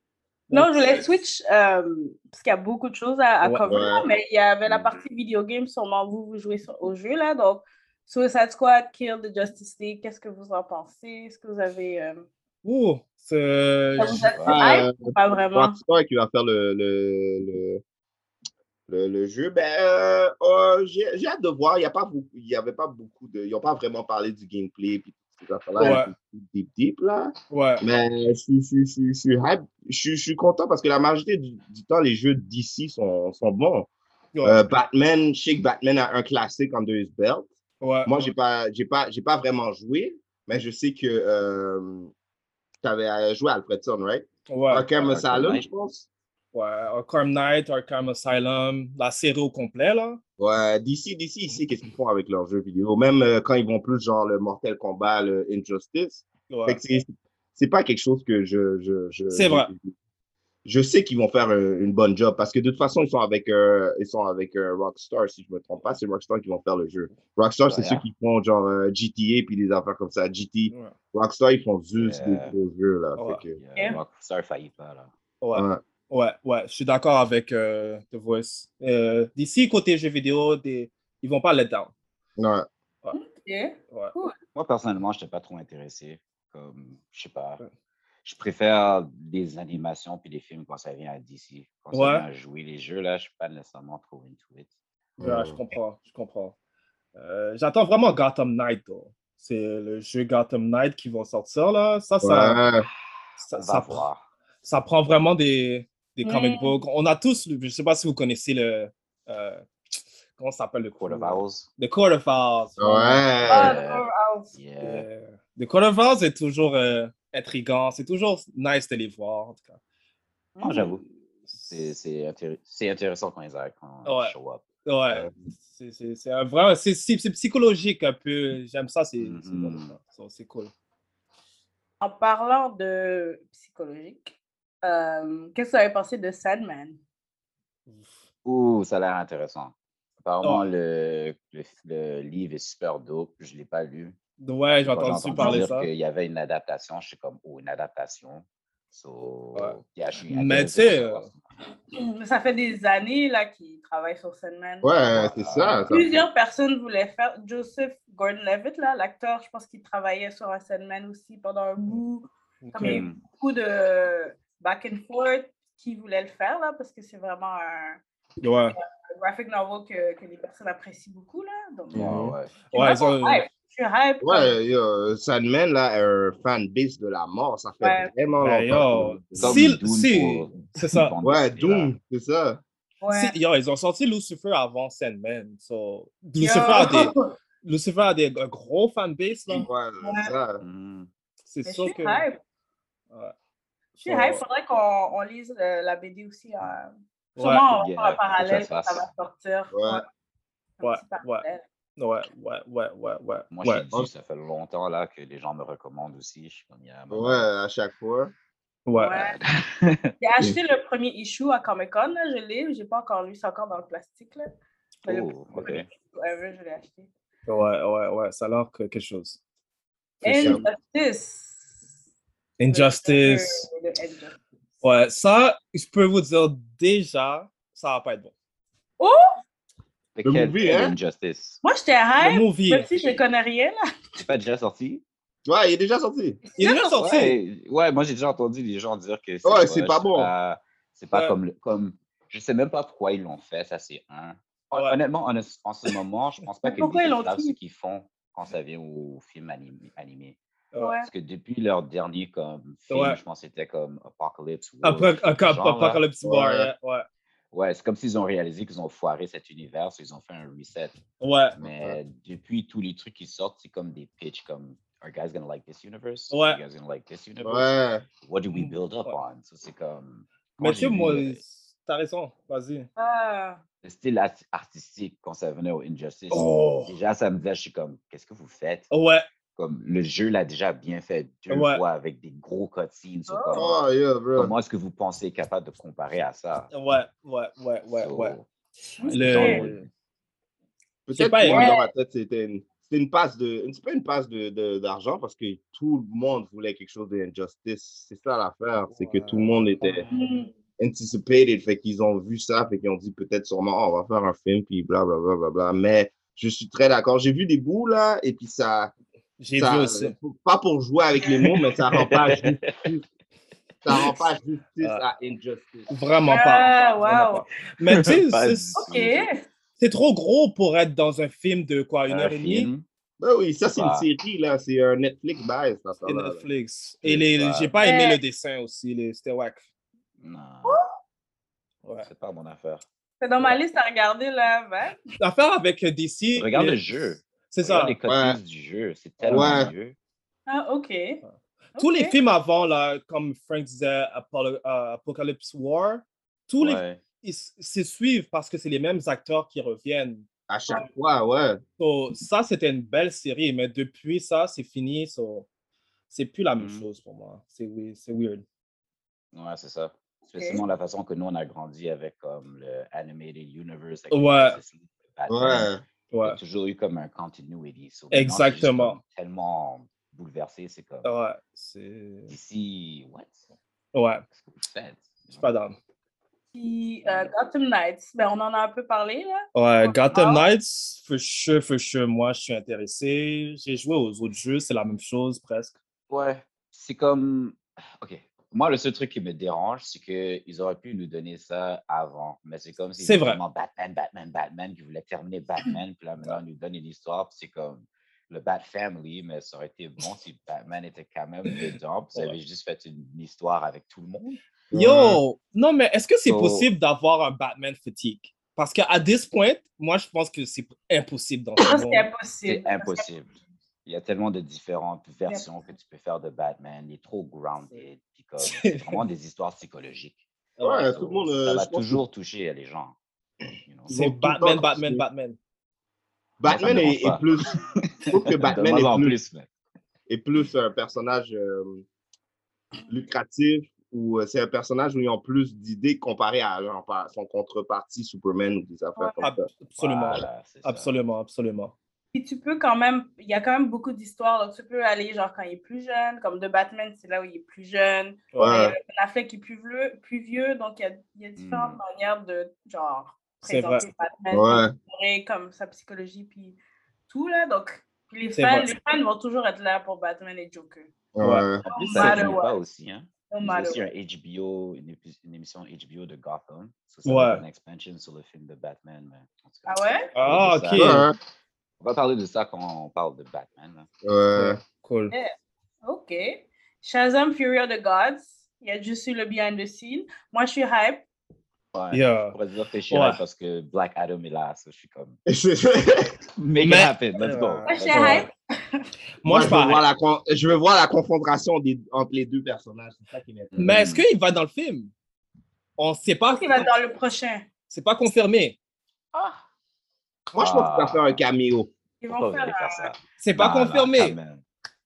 Speaker 6: Non, je voulais switch euh, parce qu'il y a beaucoup de choses à, à
Speaker 5: Ouais. Mm.
Speaker 6: cover, là,
Speaker 5: Ouais.
Speaker 6: mais il y avait la partie vidéo game, sûrement vous, vous jouez sur- au jeu là. Donc, Suicide Squad, Kill the Justice League, qu'est-ce que vous en pensez? Est-ce que vous avez. euh,
Speaker 5: Ouh, c'est.
Speaker 3: euh,
Speaker 6: Ça vous a fait
Speaker 4: Euh,
Speaker 6: hype ou pas vraiment?
Speaker 4: Francisco qui va faire le, le, le, le- le jeu. Ben, euh, euh, j'ai j'ai hâte de voir. Il n'y a pas beaucoup, il y avait pas beaucoup de. Ils n'ont pas vraiment parlé du gameplay puis toutes ces affaires-là.
Speaker 5: Ouais.
Speaker 4: Deep, deep, là.
Speaker 5: Ouais.
Speaker 4: Mais je suis- je suis- je suis- je suis hype. Je suis- je suis content parce que la majorité du, du temps, les jeux d'ici sont, sont bons.
Speaker 5: Ouais.
Speaker 4: Euh, Batman, je sais que Batman a un classique under his belt.
Speaker 5: Ouais.
Speaker 4: Moi, j'ai pas, j'ai pas, j'ai pas vraiment joué, mais je sais que tu avais joué à Alfredson, right?
Speaker 5: Ouais.
Speaker 4: Arkham
Speaker 5: Ouais,
Speaker 4: Asylum,
Speaker 5: Arkham
Speaker 4: je pense.
Speaker 5: Ouais, Arkham Knight, Arkham Asylum, la série au complet, là.
Speaker 4: Ouais, d'ici, d'ici, ici, qu'est-ce qu'ils font avec leurs jeux vidéo? Même euh, quand ils vont plus genre le Mortal Kombat, le Injustice.
Speaker 5: Ouais.
Speaker 4: Fait que c'est- C'est pas quelque chose que je. je, je
Speaker 5: C'est vrai.
Speaker 4: Je, je sais qu'ils vont faire euh, une bonne job parce que de toute façon, ils sont avec, euh, ils sont avec euh, Rockstar, si je me trompe pas. C'est Rockstar qui vont faire le jeu. Rockstar, c'est
Speaker 5: Voilà.
Speaker 4: ceux qui font genre euh, GTA puis des affaires comme ça. GT.
Speaker 5: Ouais.
Speaker 4: Rockstar, ils font juste des
Speaker 3: Yeah.
Speaker 4: gros jeux là.
Speaker 5: Ouais.
Speaker 4: Fait que-
Speaker 3: Rockstar faillit pas, là.
Speaker 5: Ouais.
Speaker 4: Ouais.
Speaker 5: Ouais, ouais, je suis d'accord avec euh, The Voice. Euh, D'ici, côté jeux vidéo, des... ils vont pas let down.
Speaker 4: Ouais.
Speaker 6: Yeah.
Speaker 5: Ouais.
Speaker 3: Moi, personnellement, je n'étais pas trop intéressé. Comme, je sais pas. Je préfère les animations puis les films quand ça vient à DC. Quand ça
Speaker 5: Ouais.
Speaker 3: vient à jouer les jeux, là, je suis pas nécessairement trop into it.
Speaker 5: Ouais, je comprends, je comprends. Euh, J'attends vraiment Gotham Knight, though. C'est le jeu Gotham Knight qui vont sortir, là. Ça, ça,
Speaker 4: Ouais.
Speaker 5: ça,
Speaker 3: On
Speaker 5: ça
Speaker 3: va
Speaker 5: prend-
Speaker 3: voir.
Speaker 5: ça prend vraiment des, des comic
Speaker 3: Mm.
Speaker 5: books. On a tous, le- je sais pas si vous connaissez le. euh, comment ça s'appelle le Court
Speaker 3: of Owls.
Speaker 5: The Court of Owls.
Speaker 4: Ouais.
Speaker 6: Ah,
Speaker 3: Euh,
Speaker 6: Horror House.
Speaker 5: Yeah. Euh, The Court of Owls est toujours euh, intriguant. C'est toujours nice de les voir, en tout cas.
Speaker 3: Non, Ah,
Speaker 6: Mm.
Speaker 3: j'avoue. C'est c'est intér- c'est intéressant quand ils arrivent, quand
Speaker 5: Ouais.
Speaker 3: ils show up. euh,
Speaker 5: Ouais. C'est- C'est c'est un vrai. C'est c'est- c'est psychologique un peu. J'aime ça, c'est c'est
Speaker 3: Mhm.
Speaker 5: bon, ça. C'est cool.
Speaker 6: En parlant de psychologique, euh, qu'est-ce que vous avez pensé de Sandman?
Speaker 3: Ouh, ça a l'air intéressant. Apparemment, le, le, le livre est super dope. Je ne l'ai pas lu.
Speaker 5: Ouais, j'ai
Speaker 3: Quand
Speaker 5: entendu parler
Speaker 3: dire
Speaker 5: ça.
Speaker 3: qu'il y avait une adaptation. Je suis comme, oh, une adaptation. So, yeah, je suis
Speaker 5: Mais tu
Speaker 3: intéressé pour
Speaker 5: sais,
Speaker 3: savoir.
Speaker 6: Mais Ça fait des années là qu'il travaille sur Sandman.
Speaker 4: Ouais, c'est ça. ça.
Speaker 6: Plusieurs personnes voulaient faire. Joseph Gordon-Levitt, là, l'acteur, je pense qu'il travaillait sur un Sandman aussi pendant un bout. Comme
Speaker 5: euh,
Speaker 6: il y a eu
Speaker 3: Ok.
Speaker 6: beaucoup de back and forth qui voulaient le faire là, parce que c'est vraiment un,
Speaker 5: Ouais.
Speaker 6: un graphic novel que, que les personnes apprécient beaucoup là. Donc,
Speaker 3: Ouais,
Speaker 6: je suis
Speaker 5: Ouais, ils
Speaker 6: vraiment
Speaker 5: ont-
Speaker 6: hype. Je suis hype.
Speaker 4: Ouais, yo, Sandman, là, est un fanbase de la mort, ça fait
Speaker 6: Ouais.
Speaker 4: vraiment
Speaker 5: Ben,
Speaker 4: longtemps.
Speaker 5: yo, si, si- c'est ça.
Speaker 4: Ouais, Doom, c'est ça.
Speaker 5: Si- yo, ils ont sorti Lucifer avant Sandman. So,
Speaker 6: Yo.
Speaker 5: Lucifer, a des, Lucifer a des un gros fanbase. là.
Speaker 6: Ouais.
Speaker 4: ça.
Speaker 3: Mm,
Speaker 5: C'est
Speaker 6: Mais je
Speaker 5: sûr
Speaker 6: suis
Speaker 5: que.
Speaker 6: hype.
Speaker 5: Ouais.
Speaker 6: Je suis
Speaker 5: So,
Speaker 6: hype. Faudrait qu'on on lise euh, la BD aussi. hein.
Speaker 5: Ouais.
Speaker 6: Sûrement, on va
Speaker 5: Yeah,
Speaker 6: faire un
Speaker 5: faut que ça
Speaker 6: parallèle
Speaker 5: se
Speaker 6: quand ça
Speaker 5: fasse.
Speaker 6: va sortir.
Speaker 5: Ouais. Ouais, ouais.
Speaker 6: parallèle.
Speaker 5: Ouais, ouais, ouais, ouais, ouais.
Speaker 3: Moi,
Speaker 5: ouais.
Speaker 3: je l'ai dit, ça fait longtemps là, que les gens me recommandent aussi. Je suis comme, yeah, man.
Speaker 4: Ouais, à chaque fois.
Speaker 5: Ouais.
Speaker 6: J'ai acheté le premier issue à Comic Con, je l'ai, j'ai pas encore lu, c'est encore dans le plastique. Là. Mais le
Speaker 5: Oh, ok.
Speaker 6: premier issue ever, je l'ai acheté.
Speaker 5: Ouais, ouais, ouais. Ça a l'air que quelque chose. C'est ça.
Speaker 6: Injustice.
Speaker 5: Injustice.
Speaker 6: Le Injustice.
Speaker 5: Ouais, ça, je peux vous dire déjà, ça va pas être bon.
Speaker 6: Oh!
Speaker 3: Mais
Speaker 5: Le
Speaker 3: quelle-
Speaker 5: movie,
Speaker 3: quelle
Speaker 5: hein?
Speaker 3: Injustice.
Speaker 6: Moi, j'étais hype,
Speaker 5: movie.
Speaker 6: même si je connais rien. Là.
Speaker 3: C'est pas déjà sorti?
Speaker 4: Ouais, il est déjà sorti.
Speaker 5: Il est déjà sorti.
Speaker 3: Ouais, ouais, moi j'ai déjà entendu les gens dire que
Speaker 4: Ouais, c'est pas
Speaker 3: je sais
Speaker 4: bon.
Speaker 3: pas- C'est pas
Speaker 5: Ouais.
Speaker 3: comme, le- comme Je sais même pas pourquoi ils l'ont fait, ça c'est un. Hon- Honnêtement, en, en ce moment, je pense pas
Speaker 6: Mais
Speaker 3: que
Speaker 6: pourquoi
Speaker 3: les
Speaker 6: ils l'ont
Speaker 3: savent ce
Speaker 6: dit
Speaker 3: qu'ils font quand ça vient au film animé. animé.
Speaker 6: Ouais.
Speaker 3: Parce que depuis leur dernier comme, film,
Speaker 5: Ouais.
Speaker 3: je pense que c'était comme Apocalypse World,
Speaker 5: Après,
Speaker 3: quelque chose de genre, là.
Speaker 5: Apocalypse War, yeah, ouais.
Speaker 3: Ouais, c'est comme s'ils ont réalisé qu'ils ont foiré cet univers, so ils ont fait un reset.
Speaker 5: Ouais.
Speaker 3: Mais depuis, tous les trucs qui sortent, c'est comme des pitchs comme Are guys gonna like this universe?
Speaker 5: Ouais.
Speaker 3: Are guys gonna like this universe?
Speaker 5: Ouais.
Speaker 3: What do we build up on? So c'est comme. quand
Speaker 5: Mmh. Mais tu sais,
Speaker 3: j'ai vu,
Speaker 5: moi,
Speaker 3: euh,
Speaker 5: t'as raison, vas-y.
Speaker 6: Ah.
Speaker 3: le style ar- artistique quand ça venait au Injustice,
Speaker 5: Oh.
Speaker 3: déjà, ça me disait, je suis comme, qu'est-ce que vous faites?
Speaker 5: Ouais.
Speaker 3: Comme, le jeu l'a déjà bien fait deux
Speaker 5: Ouais.
Speaker 3: fois avec des gros cutscenes. so comme,
Speaker 5: Oh, yeah, bro.
Speaker 3: Comment est-ce que vous pensez être capable de comparer à ça?
Speaker 5: Ouais, ouais, ouais, ouais,
Speaker 3: So,
Speaker 5: ouais.
Speaker 3: Le-
Speaker 5: C'est
Speaker 4: Peut-être
Speaker 5: pas
Speaker 4: que moi,
Speaker 5: évident.
Speaker 4: dans ma tête, c'était une, c'était une passe de. C'est pas une passe de- de- d'argent parce que tout le monde voulait quelque chose de Injustice. C'est ça l'affaire, c'est que tout le monde était anticipated. Fait qu'ils ont vu ça, fait qu'ils ont dit peut-être sûrement, oh, on va faire un film, puis blablabla. Bla, bla, bla. Mais je suis très d'accord. J'ai vu des bouts là, et puis ça.
Speaker 5: J'ai
Speaker 4: ça-
Speaker 5: vu aussi.
Speaker 4: Pas pour jouer avec les mots, mais ça rend
Speaker 5: <laughs>
Speaker 4: pas justice. Ça rend pas justice
Speaker 5: Ah.
Speaker 4: à Injustice.
Speaker 5: Vraiment
Speaker 6: Ah,
Speaker 5: pas. Vraiment
Speaker 6: wow.
Speaker 5: pas. Mais
Speaker 3: <laughs>
Speaker 5: tu sais,
Speaker 4: Pas
Speaker 5: c'est-
Speaker 4: du tout.
Speaker 6: Ok.
Speaker 5: c'est trop gros pour être dans un film de quoi, une
Speaker 4: Un
Speaker 5: heure et demie?
Speaker 4: film. Ben oui, ça c'est une série, là. C'est un Netflix base, ça. ça
Speaker 5: Et
Speaker 4: là.
Speaker 5: Netflix. Et les,
Speaker 4: Ouais.
Speaker 5: j'ai pas aimé
Speaker 6: Ouais.
Speaker 5: le dessin aussi, les, c'était whack.
Speaker 3: Non.
Speaker 5: Ouais.
Speaker 3: C'est pas mon affaire.
Speaker 6: C'est dans ma liste à regarder là. Ben.
Speaker 5: L'affaire avec DC.
Speaker 3: Regarde
Speaker 5: les-
Speaker 3: le jeu.
Speaker 5: C'est
Speaker 3: Regarde
Speaker 5: ça.
Speaker 3: les cutscenes du jeu. C'est tellement
Speaker 5: Ouais.
Speaker 3: vieux.
Speaker 6: Ah, ok.
Speaker 5: Tous les
Speaker 6: Ok.
Speaker 5: films avant, là, comme Frank disait, Apollo- euh, Apocalypse War, tous
Speaker 3: Ouais.
Speaker 5: les. Ils s- se suivent parce que c'est les mêmes acteurs qui reviennent.
Speaker 4: À chaque fois, ouais.
Speaker 5: So, ça, c'était une belle série, mais depuis ça, c'est fini. so, c'est plus la même chose pour moi. C'est we- c'est weird.
Speaker 3: Ouais, c'est ça. Spécialement la façon que nous, on a grandi avec comme le Animated Universe. avec
Speaker 5: Ouais.
Speaker 3: Justice League, Batman. Il y a toujours eu comme un continuity. So, maintenant, c'est juste
Speaker 5: Exactement. Ah.
Speaker 3: comme tellement bouleversé, c'est comme.
Speaker 5: Ouais, c'est.
Speaker 3: Ici, what?
Speaker 5: Ouais.
Speaker 3: Faites.
Speaker 5: Je suis pas down.
Speaker 6: Puis euh, Gotham Knights, ben, on en a un peu parlé là.
Speaker 5: Ouais, Gotham Knights, for sure, for sure. Moi, je suis intéressé. J'ai joué aux autres jeux, c'est la même chose presque.
Speaker 3: Ouais. C'est comme. OK. Moi, le seul truc qui me dérange, c'est qu'ils auraient pu nous donner ça avant. Mais c'est comme si
Speaker 5: C'est vrai.
Speaker 3: vraiment Batman, Batman, Batman, qu'ils voulaient terminer Batman, <laughs> puis là, maintenant, ils nous donnent une histoire, puis c'est comme le Bat Family, mais ça aurait été bon si Batman était quand même dedans, puis ça avait juste fait une histoire avec tout le monde.
Speaker 5: Yo, non, mais est-ce que c'est
Speaker 3: So-
Speaker 5: possible d'avoir un Batman fatigue? Parce qu'à this point, moi, je pense que c'est impossible dans ce monde.
Speaker 6: impossible.
Speaker 3: C'est impossible. Il y a tellement de différentes versions que tu peux faire de Batman. Il est trop grounded. puis comme, C'est vraiment des histoires psychologiques.
Speaker 4: Ouais,
Speaker 3: So,
Speaker 4: tout le monde, euh,
Speaker 3: Ah Ça va
Speaker 4: je pense que-
Speaker 3: toujours toucher les gens.
Speaker 5: C'est Batman, Batman, Batman.
Speaker 4: Batman
Speaker 3: Ouais, ça me
Speaker 4: est,
Speaker 3: dérange
Speaker 4: est plus. Je
Speaker 3: <laughs>
Speaker 4: trouve que
Speaker 3: De
Speaker 4: Batman
Speaker 3: moins
Speaker 4: est
Speaker 3: en
Speaker 4: plus,
Speaker 3: plus, mec.
Speaker 4: est plus un personnage euh, lucratif ou euh, c'est un personnage où ils ont plus d'idées comparé à genre, par- son contrepartie Superman ou des affaires
Speaker 3: Ah,
Speaker 5: Ab-
Speaker 4: comme ça.
Speaker 5: Absolument. absolument, absolument.
Speaker 6: Puis tu peux quand même, il y a quand même beaucoup d'histoires. Donc tu peux aller genre quand il est plus jeune, comme de Batman, c'est là où il est plus jeune.
Speaker 4: Ouais.
Speaker 6: Euh, Ben Affleck est plus vieux, plus vieux donc il y a, il y a différentes
Speaker 3: Mm.
Speaker 6: manières de genre
Speaker 5: C'est
Speaker 6: présenter
Speaker 5: vrai.
Speaker 6: Batman,
Speaker 5: Ouais.
Speaker 6: montrer comme sa psychologie puis tout là. Donc les
Speaker 3: C'est
Speaker 6: fans,
Speaker 3: vrai.
Speaker 6: les fans vont toujours être là pour Batman et Joker.
Speaker 3: Ouais. Hmm. En plus, ça
Speaker 6: matter
Speaker 3: finit
Speaker 6: what.
Speaker 3: pas aussi. Hein.
Speaker 6: No
Speaker 3: Il y a
Speaker 6: matter
Speaker 3: aussi un HBO, une, épis- une émission HBO de Gotham. Ça,
Speaker 5: Ouais.
Speaker 3: ouais. une expansion sur le film de Batman. mais en tout cas,
Speaker 6: Ah ouais?
Speaker 3: on va hein.
Speaker 5: Ah,
Speaker 3: parler de
Speaker 5: ok.
Speaker 3: ça.
Speaker 5: Ouais.
Speaker 3: On va parler de ça quand on parle de Batman. hein. là.
Speaker 4: Ouais.
Speaker 5: Cool.
Speaker 6: Yeah. Ok. Shazam Fury of the Gods. Il y a juste eu le behind the scene. Moi, je suis hype.
Speaker 3: Ouais.
Speaker 5: Yeah.
Speaker 3: Je pourrais dire que je suis hype
Speaker 5: Ouais.
Speaker 3: parce que Black Adam est là. so je suis comme.
Speaker 4: <laughs> Make
Speaker 3: it happen. Let's go.
Speaker 6: Moi, je suis
Speaker 3: Let's go.
Speaker 6: hype.
Speaker 5: Moi, je
Speaker 4: veux
Speaker 5: parle.
Speaker 4: voir la con- je veux voir la confrontation des- entre les deux personnages. C'est ça qui m'intéresse.
Speaker 5: Mais est-ce qu'il va dans le film? On sait pas.
Speaker 6: Il va dans le prochain.
Speaker 5: C'est pas confirmé.
Speaker 4: Moi, je pense qu'il va faire un caméo.
Speaker 3: Hmm.
Speaker 6: Ils vont faire un-
Speaker 5: C'est pas
Speaker 4: Non,
Speaker 3: Bah,
Speaker 4: non,
Speaker 5: confirmé.
Speaker 4: quand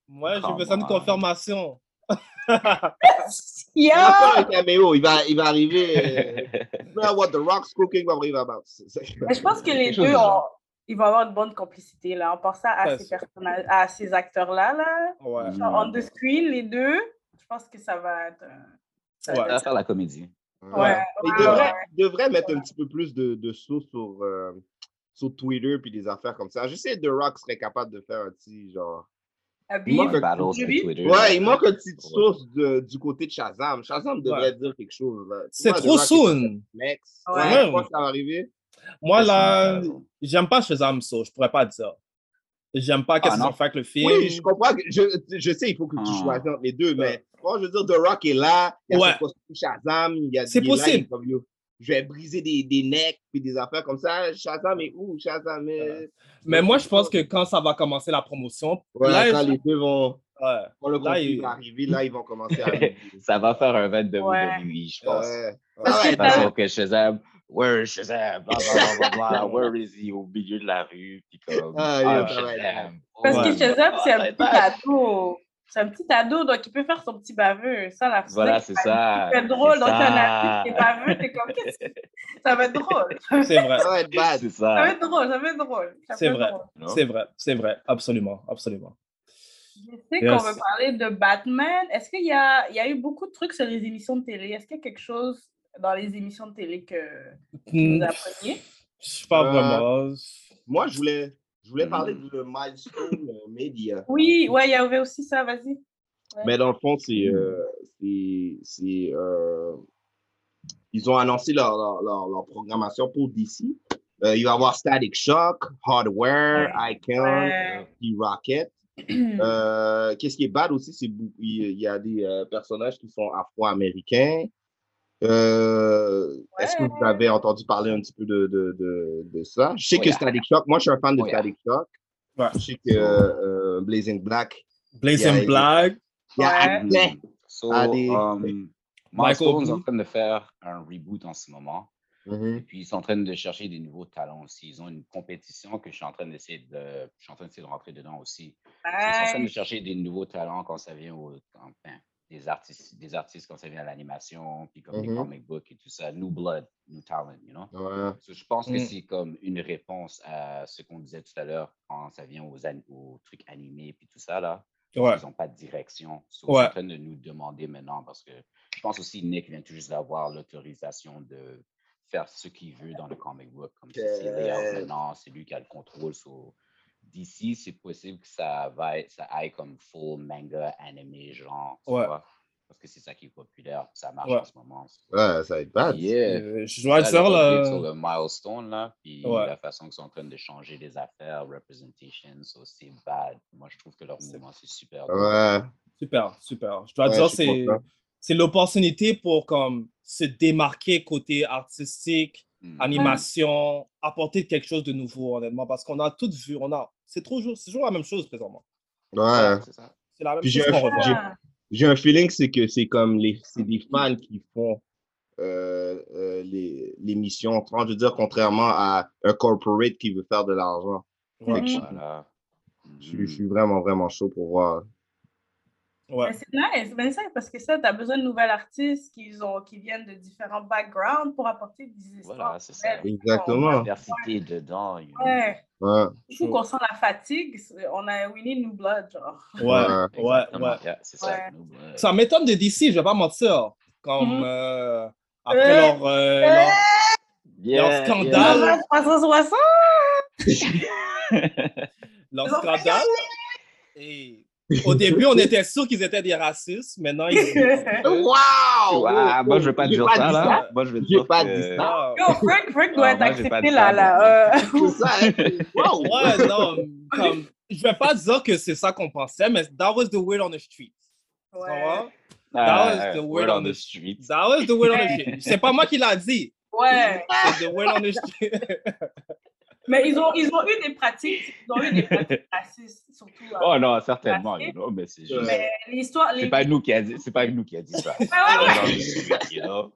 Speaker 5: Moi, j'ai
Speaker 4: Come
Speaker 5: besoin de
Speaker 4: on.
Speaker 5: confirmation.
Speaker 4: Il va
Speaker 6: Ah!
Speaker 4: faire un caméo. Il va, il va arriver.
Speaker 5: <laughs>
Speaker 4: euh, il va voir The Rock's cooking. Après, il va bounce. C'est ça qu'il va
Speaker 6: Mais je pense que
Speaker 4: faire.
Speaker 6: les
Speaker 4: Quelque chose
Speaker 6: deux,
Speaker 4: du genre.
Speaker 6: ont... ils vont avoir une bonne complicité là. En pensant à
Speaker 4: Ouais,
Speaker 6: ces
Speaker 4: c'est-
Speaker 6: personnages, à ces acteurs-là, là.
Speaker 5: Ouais.
Speaker 6: Genre, on the screen, les deux. Je pense que ça va être. euh, ça va
Speaker 3: Ouais,
Speaker 6: être
Speaker 3: va faire la comédie.
Speaker 6: Ouais. Ouais.
Speaker 4: Il
Speaker 6: Ouais.
Speaker 4: devrait, il devrait mettre un petit peu plus de, de sauce sur, euh, sur Twitter puis des affaires comme ça. Je sais The Rock serait capable de faire un petit genre Il
Speaker 6: Habib,
Speaker 4: manque un
Speaker 6: Habib,
Speaker 4: petit- Ouais, il manque une petite source de- du côté de Shazam. Shazam devrait dire quelque chose. là. Tu
Speaker 5: C'est
Speaker 4: vois,
Speaker 5: trop
Speaker 4: devrait-
Speaker 5: soon.
Speaker 4: Next.
Speaker 5: Ouais.
Speaker 4: Ouais, je pense que ça va arriver.
Speaker 5: Moi, là, j'aime pas Shazam, so je pourrais pas dire. J'aime pas qu'est-ce
Speaker 4: Ah,
Speaker 5: qu'ils
Speaker 4: non.
Speaker 5: ont fait avec le film.
Speaker 4: Oui, je comprends. que- Je, je sais, il faut que tu choisisses entre les deux, mais quand je veux dire, The Rock est là, il y a
Speaker 5: Ah. Ouais.
Speaker 4: son costume Shazam, il y a
Speaker 5: C'est
Speaker 4: il est là, il est
Speaker 5: possible.
Speaker 4: comme, yo, je vais briser des, des necks puis des affaires comme ça. Shazam est où? Shazam est...
Speaker 5: Mais moi, je pense que quand ça va commencer la promotion,
Speaker 4: Voilà,
Speaker 5: là,
Speaker 4: quand
Speaker 5: je-
Speaker 4: les deux vont...
Speaker 5: Ouais.
Speaker 4: Quand le
Speaker 5: Là,
Speaker 4: conflit
Speaker 5: il-
Speaker 4: va arriver, là, ils vont
Speaker 5: <laughs>
Speaker 4: commencer à...
Speaker 3: ça va faire un 22
Speaker 6: Ouais.
Speaker 3: WWE, E, je pense.
Speaker 4: Ouais.
Speaker 6: Parce que
Speaker 3: Ouais,
Speaker 6: t'as-
Speaker 3: façon que Shazam, where is Shazam, blah, blah, blah, blah, blah,
Speaker 4: <laughs>
Speaker 3: where is he, au milieu de la rue, puis comme,
Speaker 4: Ah,
Speaker 3: ah,
Speaker 4: yeah, ça va être-
Speaker 3: Shazam.
Speaker 6: Parce que
Speaker 3: Ouais.
Speaker 6: Shazam, c'est un
Speaker 3: Ouais.
Speaker 6: petit ado. C'est un petit ado, donc il peut faire son petit baveux. Ça, la
Speaker 3: Voilà, c'est ça.
Speaker 6: C'est drôle,
Speaker 3: C'est
Speaker 6: donc c'est un
Speaker 3: ça.
Speaker 6: artiste qui est baveux. T'es comme, qu'est-ce que. Ça va être drôle.
Speaker 5: c'est vrai.
Speaker 4: Ça va être bad.
Speaker 3: C'est
Speaker 6: Ça va
Speaker 3: ça.
Speaker 6: être drôle, ça va être drôle. ça va
Speaker 5: C'est
Speaker 6: être
Speaker 5: vrai.
Speaker 6: drôle.
Speaker 3: Non?
Speaker 5: C'est vrai. C'est vrai. Absolument. Absolument.
Speaker 6: Je sais
Speaker 5: Yes.
Speaker 6: qu'on veut parler de Batman. Est-ce qu'il y a, il y a eu beaucoup de trucs sur les émissions de télé? Est-ce qu'il y a quelque chose dans les émissions de télé que vous
Speaker 5: Hmm,
Speaker 6: appreniez?
Speaker 5: Je sais pas
Speaker 4: Euh,
Speaker 5: vraiment.
Speaker 4: Moi, je voulais, je voulais
Speaker 3: Mm.
Speaker 4: parler de Milestone euh, Media.
Speaker 6: Oui, ouais, il y avait aussi ça, vas-y.
Speaker 4: Mais dans le fond, c'est. euh, c'est- c'est, euh, ils ont annoncé leur, leur, leur- leur programmation pour DC. Euh, il va y avoir Static Shock, Hardware, Icon,
Speaker 6: Ouais.
Speaker 4: puis
Speaker 3: <clears throat>
Speaker 4: Rocket. Euh, Qu'est-ce qui est bad aussi, c'est bou- il il y a des euh, personnages qui sont afro-américains. Euh, Est-ce que vous avez entendu parler un petit peu de, de, de, de ça? Je sais
Speaker 3: Oh,
Speaker 4: que
Speaker 3: yeah.
Speaker 4: Static Shock, moi je suis un fan de
Speaker 3: Oh, yeah.
Speaker 4: Static Shock.
Speaker 5: Ouais.
Speaker 4: Je sais que euh, Blazing Black,
Speaker 5: Blazing
Speaker 4: Yeah,
Speaker 5: Black.
Speaker 4: il y a
Speaker 6: Ouais.
Speaker 4: accès.
Speaker 3: So,
Speaker 4: Ah, des-
Speaker 3: um,
Speaker 5: Michael
Speaker 3: Michael est en
Speaker 5: Blue.
Speaker 3: train de faire un reboot en ce moment.
Speaker 4: Mhm.
Speaker 3: Et puis, ils sont en train de chercher des nouveaux talents aussi. Ils ont une compétition que je suis en train d'essayer de, je suis en train d'essayer de rentrer dedans aussi. Ils sont en train de
Speaker 6: Nice.
Speaker 3: chercher des nouveaux talents quand ça vient au, enfin, des artistes, des artistes quand ça vient à l'animation, puis comme les
Speaker 4: Mhm.
Speaker 3: comic books et tout ça. New blood, new talent, you know?
Speaker 4: Ouais.
Speaker 3: So, je pense que
Speaker 5: Mm.
Speaker 3: c'est comme une réponse à ce qu'on disait tout à l'heure quand ça vient aux, an- aux trucs animés puis tout ça là.
Speaker 5: Ouais.
Speaker 3: Ils n'ont pas de direction. So,
Speaker 5: Ouais.
Speaker 3: Ils sont en train de nous demander maintenant parce que je pense aussi Nick vient tout juste d'avoir l'autorisation de faire ce qu'il veut dans le comic book. Comme si c'est
Speaker 4: Euh.
Speaker 3: Léa maintenant, c'est lui qui a le contrôle. So, D'ici, c'est possible que ça va être- ça aille comme full manga animé genre. tu
Speaker 5: Ouais.
Speaker 3: vois? Parce que c'est ça qui est populaire, puis ça marche
Speaker 5: Ouais.
Speaker 3: en ce moment. So,
Speaker 4: Ouais, ça va être bad.
Speaker 3: yeah.
Speaker 5: Euh, je dois
Speaker 3: Là,
Speaker 5: dire
Speaker 3: le
Speaker 5: là.
Speaker 3: update sur le milestone, là, puis
Speaker 5: Ouais.
Speaker 3: la façon qu'ils sont en train de changer les affaires, representation, so c'est bad. Moi, je trouve que leur
Speaker 5: C'est-
Speaker 3: mouvement, c'est super.
Speaker 4: Ouais.
Speaker 5: Super, super. Je dois
Speaker 4: Ouais,
Speaker 5: dire,
Speaker 4: je suis
Speaker 5: c'est,
Speaker 4: content.
Speaker 5: c'est l'opportunité pour comme, se démarquer côté artistique,
Speaker 3: Mm.
Speaker 5: animation, apporter quelque chose de nouveau, honnêtement, parce qu'on a tout vu. On a, c'est, toujours, c'est toujours la même chose présentement.
Speaker 4: Ouais.
Speaker 3: C'est ça.
Speaker 5: C'est la même
Speaker 4: Puis
Speaker 5: chose
Speaker 4: j'ai un-
Speaker 5: qu'on revoit.
Speaker 4: j'ai-
Speaker 6: Ah,
Speaker 4: J'ai un feeling, c'est que c'est comme les, c'est des fans qui font euh, euh, les, les missions. Tu vois, Je veux dire, contrairement à un corporate qui veut faire de l'argent.
Speaker 5: Ouais.
Speaker 4: Fait que je-
Speaker 3: Voilà.
Speaker 6: Mmh.
Speaker 3: Mmh.
Speaker 4: je, suis- je suis vraiment, vraiment chaud pour voir.
Speaker 5: Ouais.
Speaker 6: mais Ben, c'est nice, mais c'est parce que ça, tu as besoin de nouvelles artistes qui, ont, qui viennent de différents backgrounds pour apporter des histoires.
Speaker 3: Voilà, c'est ça.
Speaker 6: nouvelles.
Speaker 4: Exactement.
Speaker 3: Diversité dedans. you know.
Speaker 6: Ouais,
Speaker 4: Ouais.
Speaker 6: il faut qu'on sent la fatigue. c'est- On a Winnie New Blood, genre.
Speaker 5: Ouais, ouais, ouais.
Speaker 3: Exactement. Yeah, c'est ça.
Speaker 6: Ouais.
Speaker 3: Nous, ouais.
Speaker 5: Ça m'étonne de DC, je vais pas mentir. Comme
Speaker 6: Mhm.
Speaker 5: euh, après
Speaker 6: Euh,
Speaker 5: leur, euh, leur-
Speaker 3: Yeah,
Speaker 5: scandale.
Speaker 3: yeah.
Speaker 6: 360!
Speaker 5: leur
Speaker 6: Ils ont fait
Speaker 5: scandale. Et au début, on était sûr qu'ils étaient des racistes. Maintenant,
Speaker 6: <laughs>
Speaker 5: ils.
Speaker 4: Wow!
Speaker 3: Ouais, Ah, moi, je veux pas
Speaker 4: J'ai
Speaker 3: dire
Speaker 4: pas
Speaker 3: ça,
Speaker 4: dit
Speaker 3: là. Moi, je veux dire
Speaker 4: pas
Speaker 3: que-
Speaker 4: dit ça.
Speaker 5: Ah,
Speaker 6: Yo, Frank, Frank doit
Speaker 3: Ah,
Speaker 6: être
Speaker 3: moi, j'ai pas
Speaker 6: accepté
Speaker 3: de
Speaker 6: là,
Speaker 3: temps,
Speaker 6: là. euh,
Speaker 4: C'est ça, hein? Wow!
Speaker 5: Ouais, non, comme, je vais pas dire que c'est ça qu'on pensait, mais that was the word on the street. Tu
Speaker 6: ouais.
Speaker 5: comprends?
Speaker 3: Ah,
Speaker 5: was the
Speaker 3: word
Speaker 5: word on
Speaker 3: on
Speaker 5: the
Speaker 3: the street.
Speaker 5: That was the word on the street. C'est pas moi qui l'a dit.
Speaker 6: Ouais.
Speaker 5: C'est the word on the street.
Speaker 6: Mais ils ont, ils ont eu des pratiques, ils ont eu des pratiques
Speaker 3: <laughs>
Speaker 6: racistes, surtout. euh,
Speaker 3: Oh non, certainement, you know, mais c'est juste.
Speaker 6: Mais l'histoire. les-
Speaker 3: C'est pas nous qui a dit, c'est pas nous qui a dit ça.
Speaker 6: Ouais, ouais, ouais.
Speaker 3: You know?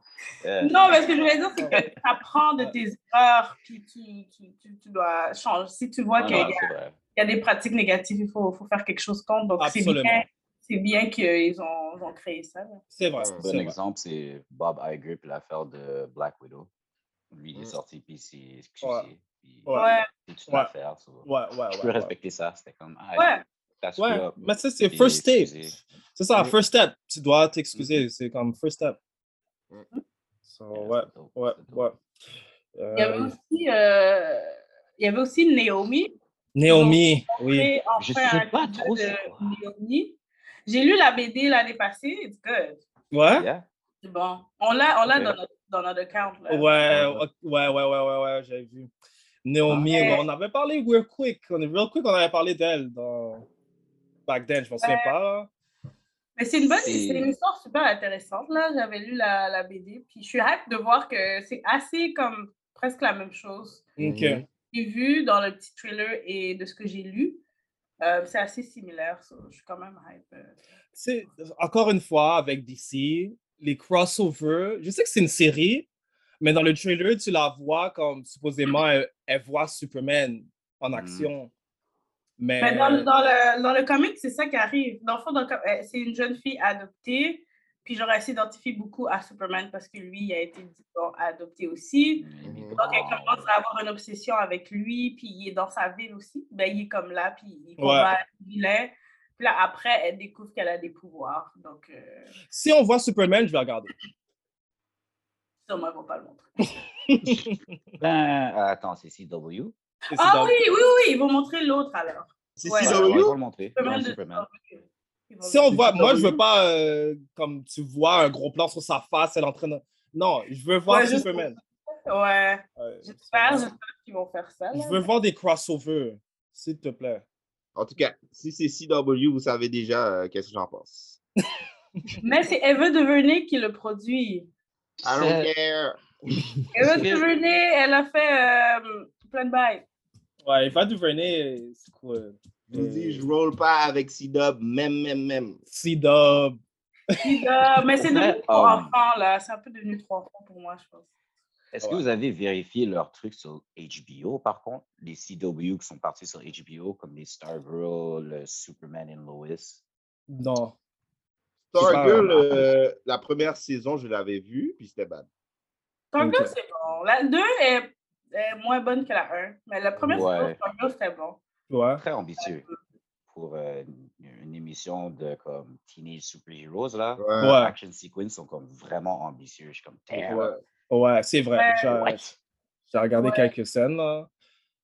Speaker 6: <laughs>
Speaker 3: Yeah.
Speaker 6: Non, mais ce que je voulais dire, c'est que tu apprends de tes erreurs, tu, tu, tu, tu, tu dois changer. Si tu vois
Speaker 3: Ah
Speaker 6: qu'il y,
Speaker 3: non,
Speaker 6: a-
Speaker 3: c'est vrai.
Speaker 6: il y a des pratiques négatives, il faut, faut faire quelque chose contre. Donc, c'est
Speaker 5: Absolument.
Speaker 6: bien, c'est bien qu'ils ont, ils ont créé ça. là.
Speaker 5: C'est vrai.
Speaker 3: Un
Speaker 5: c'est
Speaker 3: bon
Speaker 5: vrai.
Speaker 3: exemple, c'est Bob Iger puis l'affaire de Black Widow. Lui, il
Speaker 4: Mm.
Speaker 3: est sorti puis il s'est
Speaker 5: Mmh. Ouais.
Speaker 3: excusé. puis
Speaker 5: Ouais.
Speaker 6: Ouais,
Speaker 3: C'est toute
Speaker 5: Ouais.
Speaker 3: l'affaire. so.
Speaker 5: Ouais, ouais, ouais.
Speaker 3: Je peux
Speaker 5: ouais.
Speaker 3: respecter ça. C'était comme, ah,
Speaker 6: ouais.
Speaker 3: t'as screw
Speaker 5: Ouais,
Speaker 3: up.
Speaker 5: mais ça, c'est
Speaker 3: Puis
Speaker 5: first step.
Speaker 3: excusez.
Speaker 5: C'est ça,
Speaker 4: Mm.
Speaker 5: first step. Tu
Speaker 3: Mmh.
Speaker 5: dois t'excuser. C'est comme first step.
Speaker 4: Mm.
Speaker 5: So,
Speaker 3: Yeah,
Speaker 5: ouais, Euh,
Speaker 3: c'est dope,
Speaker 5: ouais,
Speaker 3: c'est dope.
Speaker 5: ouais.
Speaker 6: Il y avait
Speaker 5: Euh,
Speaker 6: aussi, euh, il y avait aussi Naomi
Speaker 5: Naomi, oui.
Speaker 6: Et enfin, un livre de Naomi. J'ai lu la BD l'année passée. It's good.
Speaker 5: Ouais?
Speaker 6: C'est bon. On l'a on l'a
Speaker 5: Ok.
Speaker 6: dans, notre, dans notre account. là.
Speaker 5: Ouais, ok, ouais, ouais, ouais, ouais, ouais, j'avais vu. Naomi,
Speaker 6: Ouais.
Speaker 5: on avait parlé real quick. On, real quick, on avait parlé d'elle dans... back then, je m'en souviens
Speaker 6: Ouais.
Speaker 5: pas. là.
Speaker 6: Mais c'est une bonne,
Speaker 5: C'est-
Speaker 6: c'est une histoire super intéressante. Là, j'avais lu la, la BD, puis je suis hâte de voir que c'est assez comme presque la même chose.
Speaker 5: Ok.
Speaker 3: Mmh.
Speaker 6: que J'ai vu dans le petit trailer et de ce que j'ai lu, euh, c'est assez similaire. so je suis quand même hype. euh.
Speaker 5: c'est- encore une fois, avec DC, les crossovers, je sais que c'est une série, mais dans le trailer, tu la vois comme supposément elle, elle voit Superman en action. Mais,
Speaker 6: Mais dans, le- dans le, euh, dans le comic, c'est ça qui arrive. Dans le fond, dans le com- euh, c'est une jeune fille adoptée, puis genre, elle s'identifie beaucoup à Superman parce que lui, il a été disons, adopté aussi.
Speaker 5: Mmh.
Speaker 6: Donc, elle
Speaker 3: Ah.
Speaker 6: commence à avoir une obsession avec lui, puis il est dans sa ville aussi. Ben, il est comme là, puis il combat le vilain. Puis là, après, elle découvre qu'elle a des pouvoirs. Donc, euh,
Speaker 5: si on voit Superman, je vais regarder.
Speaker 6: sûrement, ils vont pas le montrer.
Speaker 3: Ben, euh, attends, c'est CW.
Speaker 6: Ah oui, oui, oui, ils vont montrer l'autre alors.
Speaker 3: C'est
Speaker 6: Ouais.
Speaker 3: CW? Ils vont le montrer.
Speaker 6: Superman
Speaker 3: dans
Speaker 6: de-
Speaker 3: Superman.
Speaker 5: Si on voit, moi, je veux pas, euh, comme tu vois, un gros plan sur sa face, elle entraîne. Non, je veux voir
Speaker 6: Ouais, juste-
Speaker 5: Superman.
Speaker 6: Ouais. J'espère,
Speaker 5: bon.
Speaker 6: j'espère qu'ils vont faire ça. là.
Speaker 5: Je veux voir des crossovers, s'il te plaît.
Speaker 4: En tout cas, si c'est CW, vous savez déjà euh, qu'est-ce que j'en pense.
Speaker 6: Mais c'est Eva DuVernay qui le produit.
Speaker 4: I don't care.
Speaker 6: Eva DuVernay, elle a fait euh, plein de bails.
Speaker 5: Ouais, Eva DuVernay, c'est quoi?
Speaker 4: Je
Speaker 5: Euh,
Speaker 4: vous dis, je roll pas avec C-Dub, même, même, même.
Speaker 5: C-Dub.
Speaker 6: Puis, euh, mais c'est devenu
Speaker 3: Ouais,
Speaker 6: trois
Speaker 3: euh,
Speaker 6: enfants, là. C'est un peu devenu trois enfants pour moi, je pense.
Speaker 3: Est-ce que vous avez vérifié leurs trucs sur HBO, par contre? Les CW qui sont partis sur HBO, comme les Stargirl, le Superman and Lois.
Speaker 5: Non.
Speaker 4: Stargirl,
Speaker 3: C'est pas-
Speaker 4: euh, la première saison, je l'avais vue, puis c'était bad.
Speaker 6: Tango,
Speaker 4: Ok.
Speaker 6: c'est bon. La 2 est, est moins bonne que la 1. Mais la première
Speaker 3: Ouais.
Speaker 6: saison, Tango, c'était bon.
Speaker 3: Très ambitieux pour euh, une émission de comme Teenage Superheroes, là.
Speaker 4: Euh,
Speaker 5: Ouais.
Speaker 3: Les
Speaker 5: Ouais.
Speaker 3: action sequence sont comme vraiment ambitieux. Je suis comme, damn.
Speaker 5: Ouais, Ouais, c'est vrai.
Speaker 6: Euh, Ouais.
Speaker 5: J'ai- J'ai regardé
Speaker 6: Ouais.
Speaker 5: quelques scènes, là.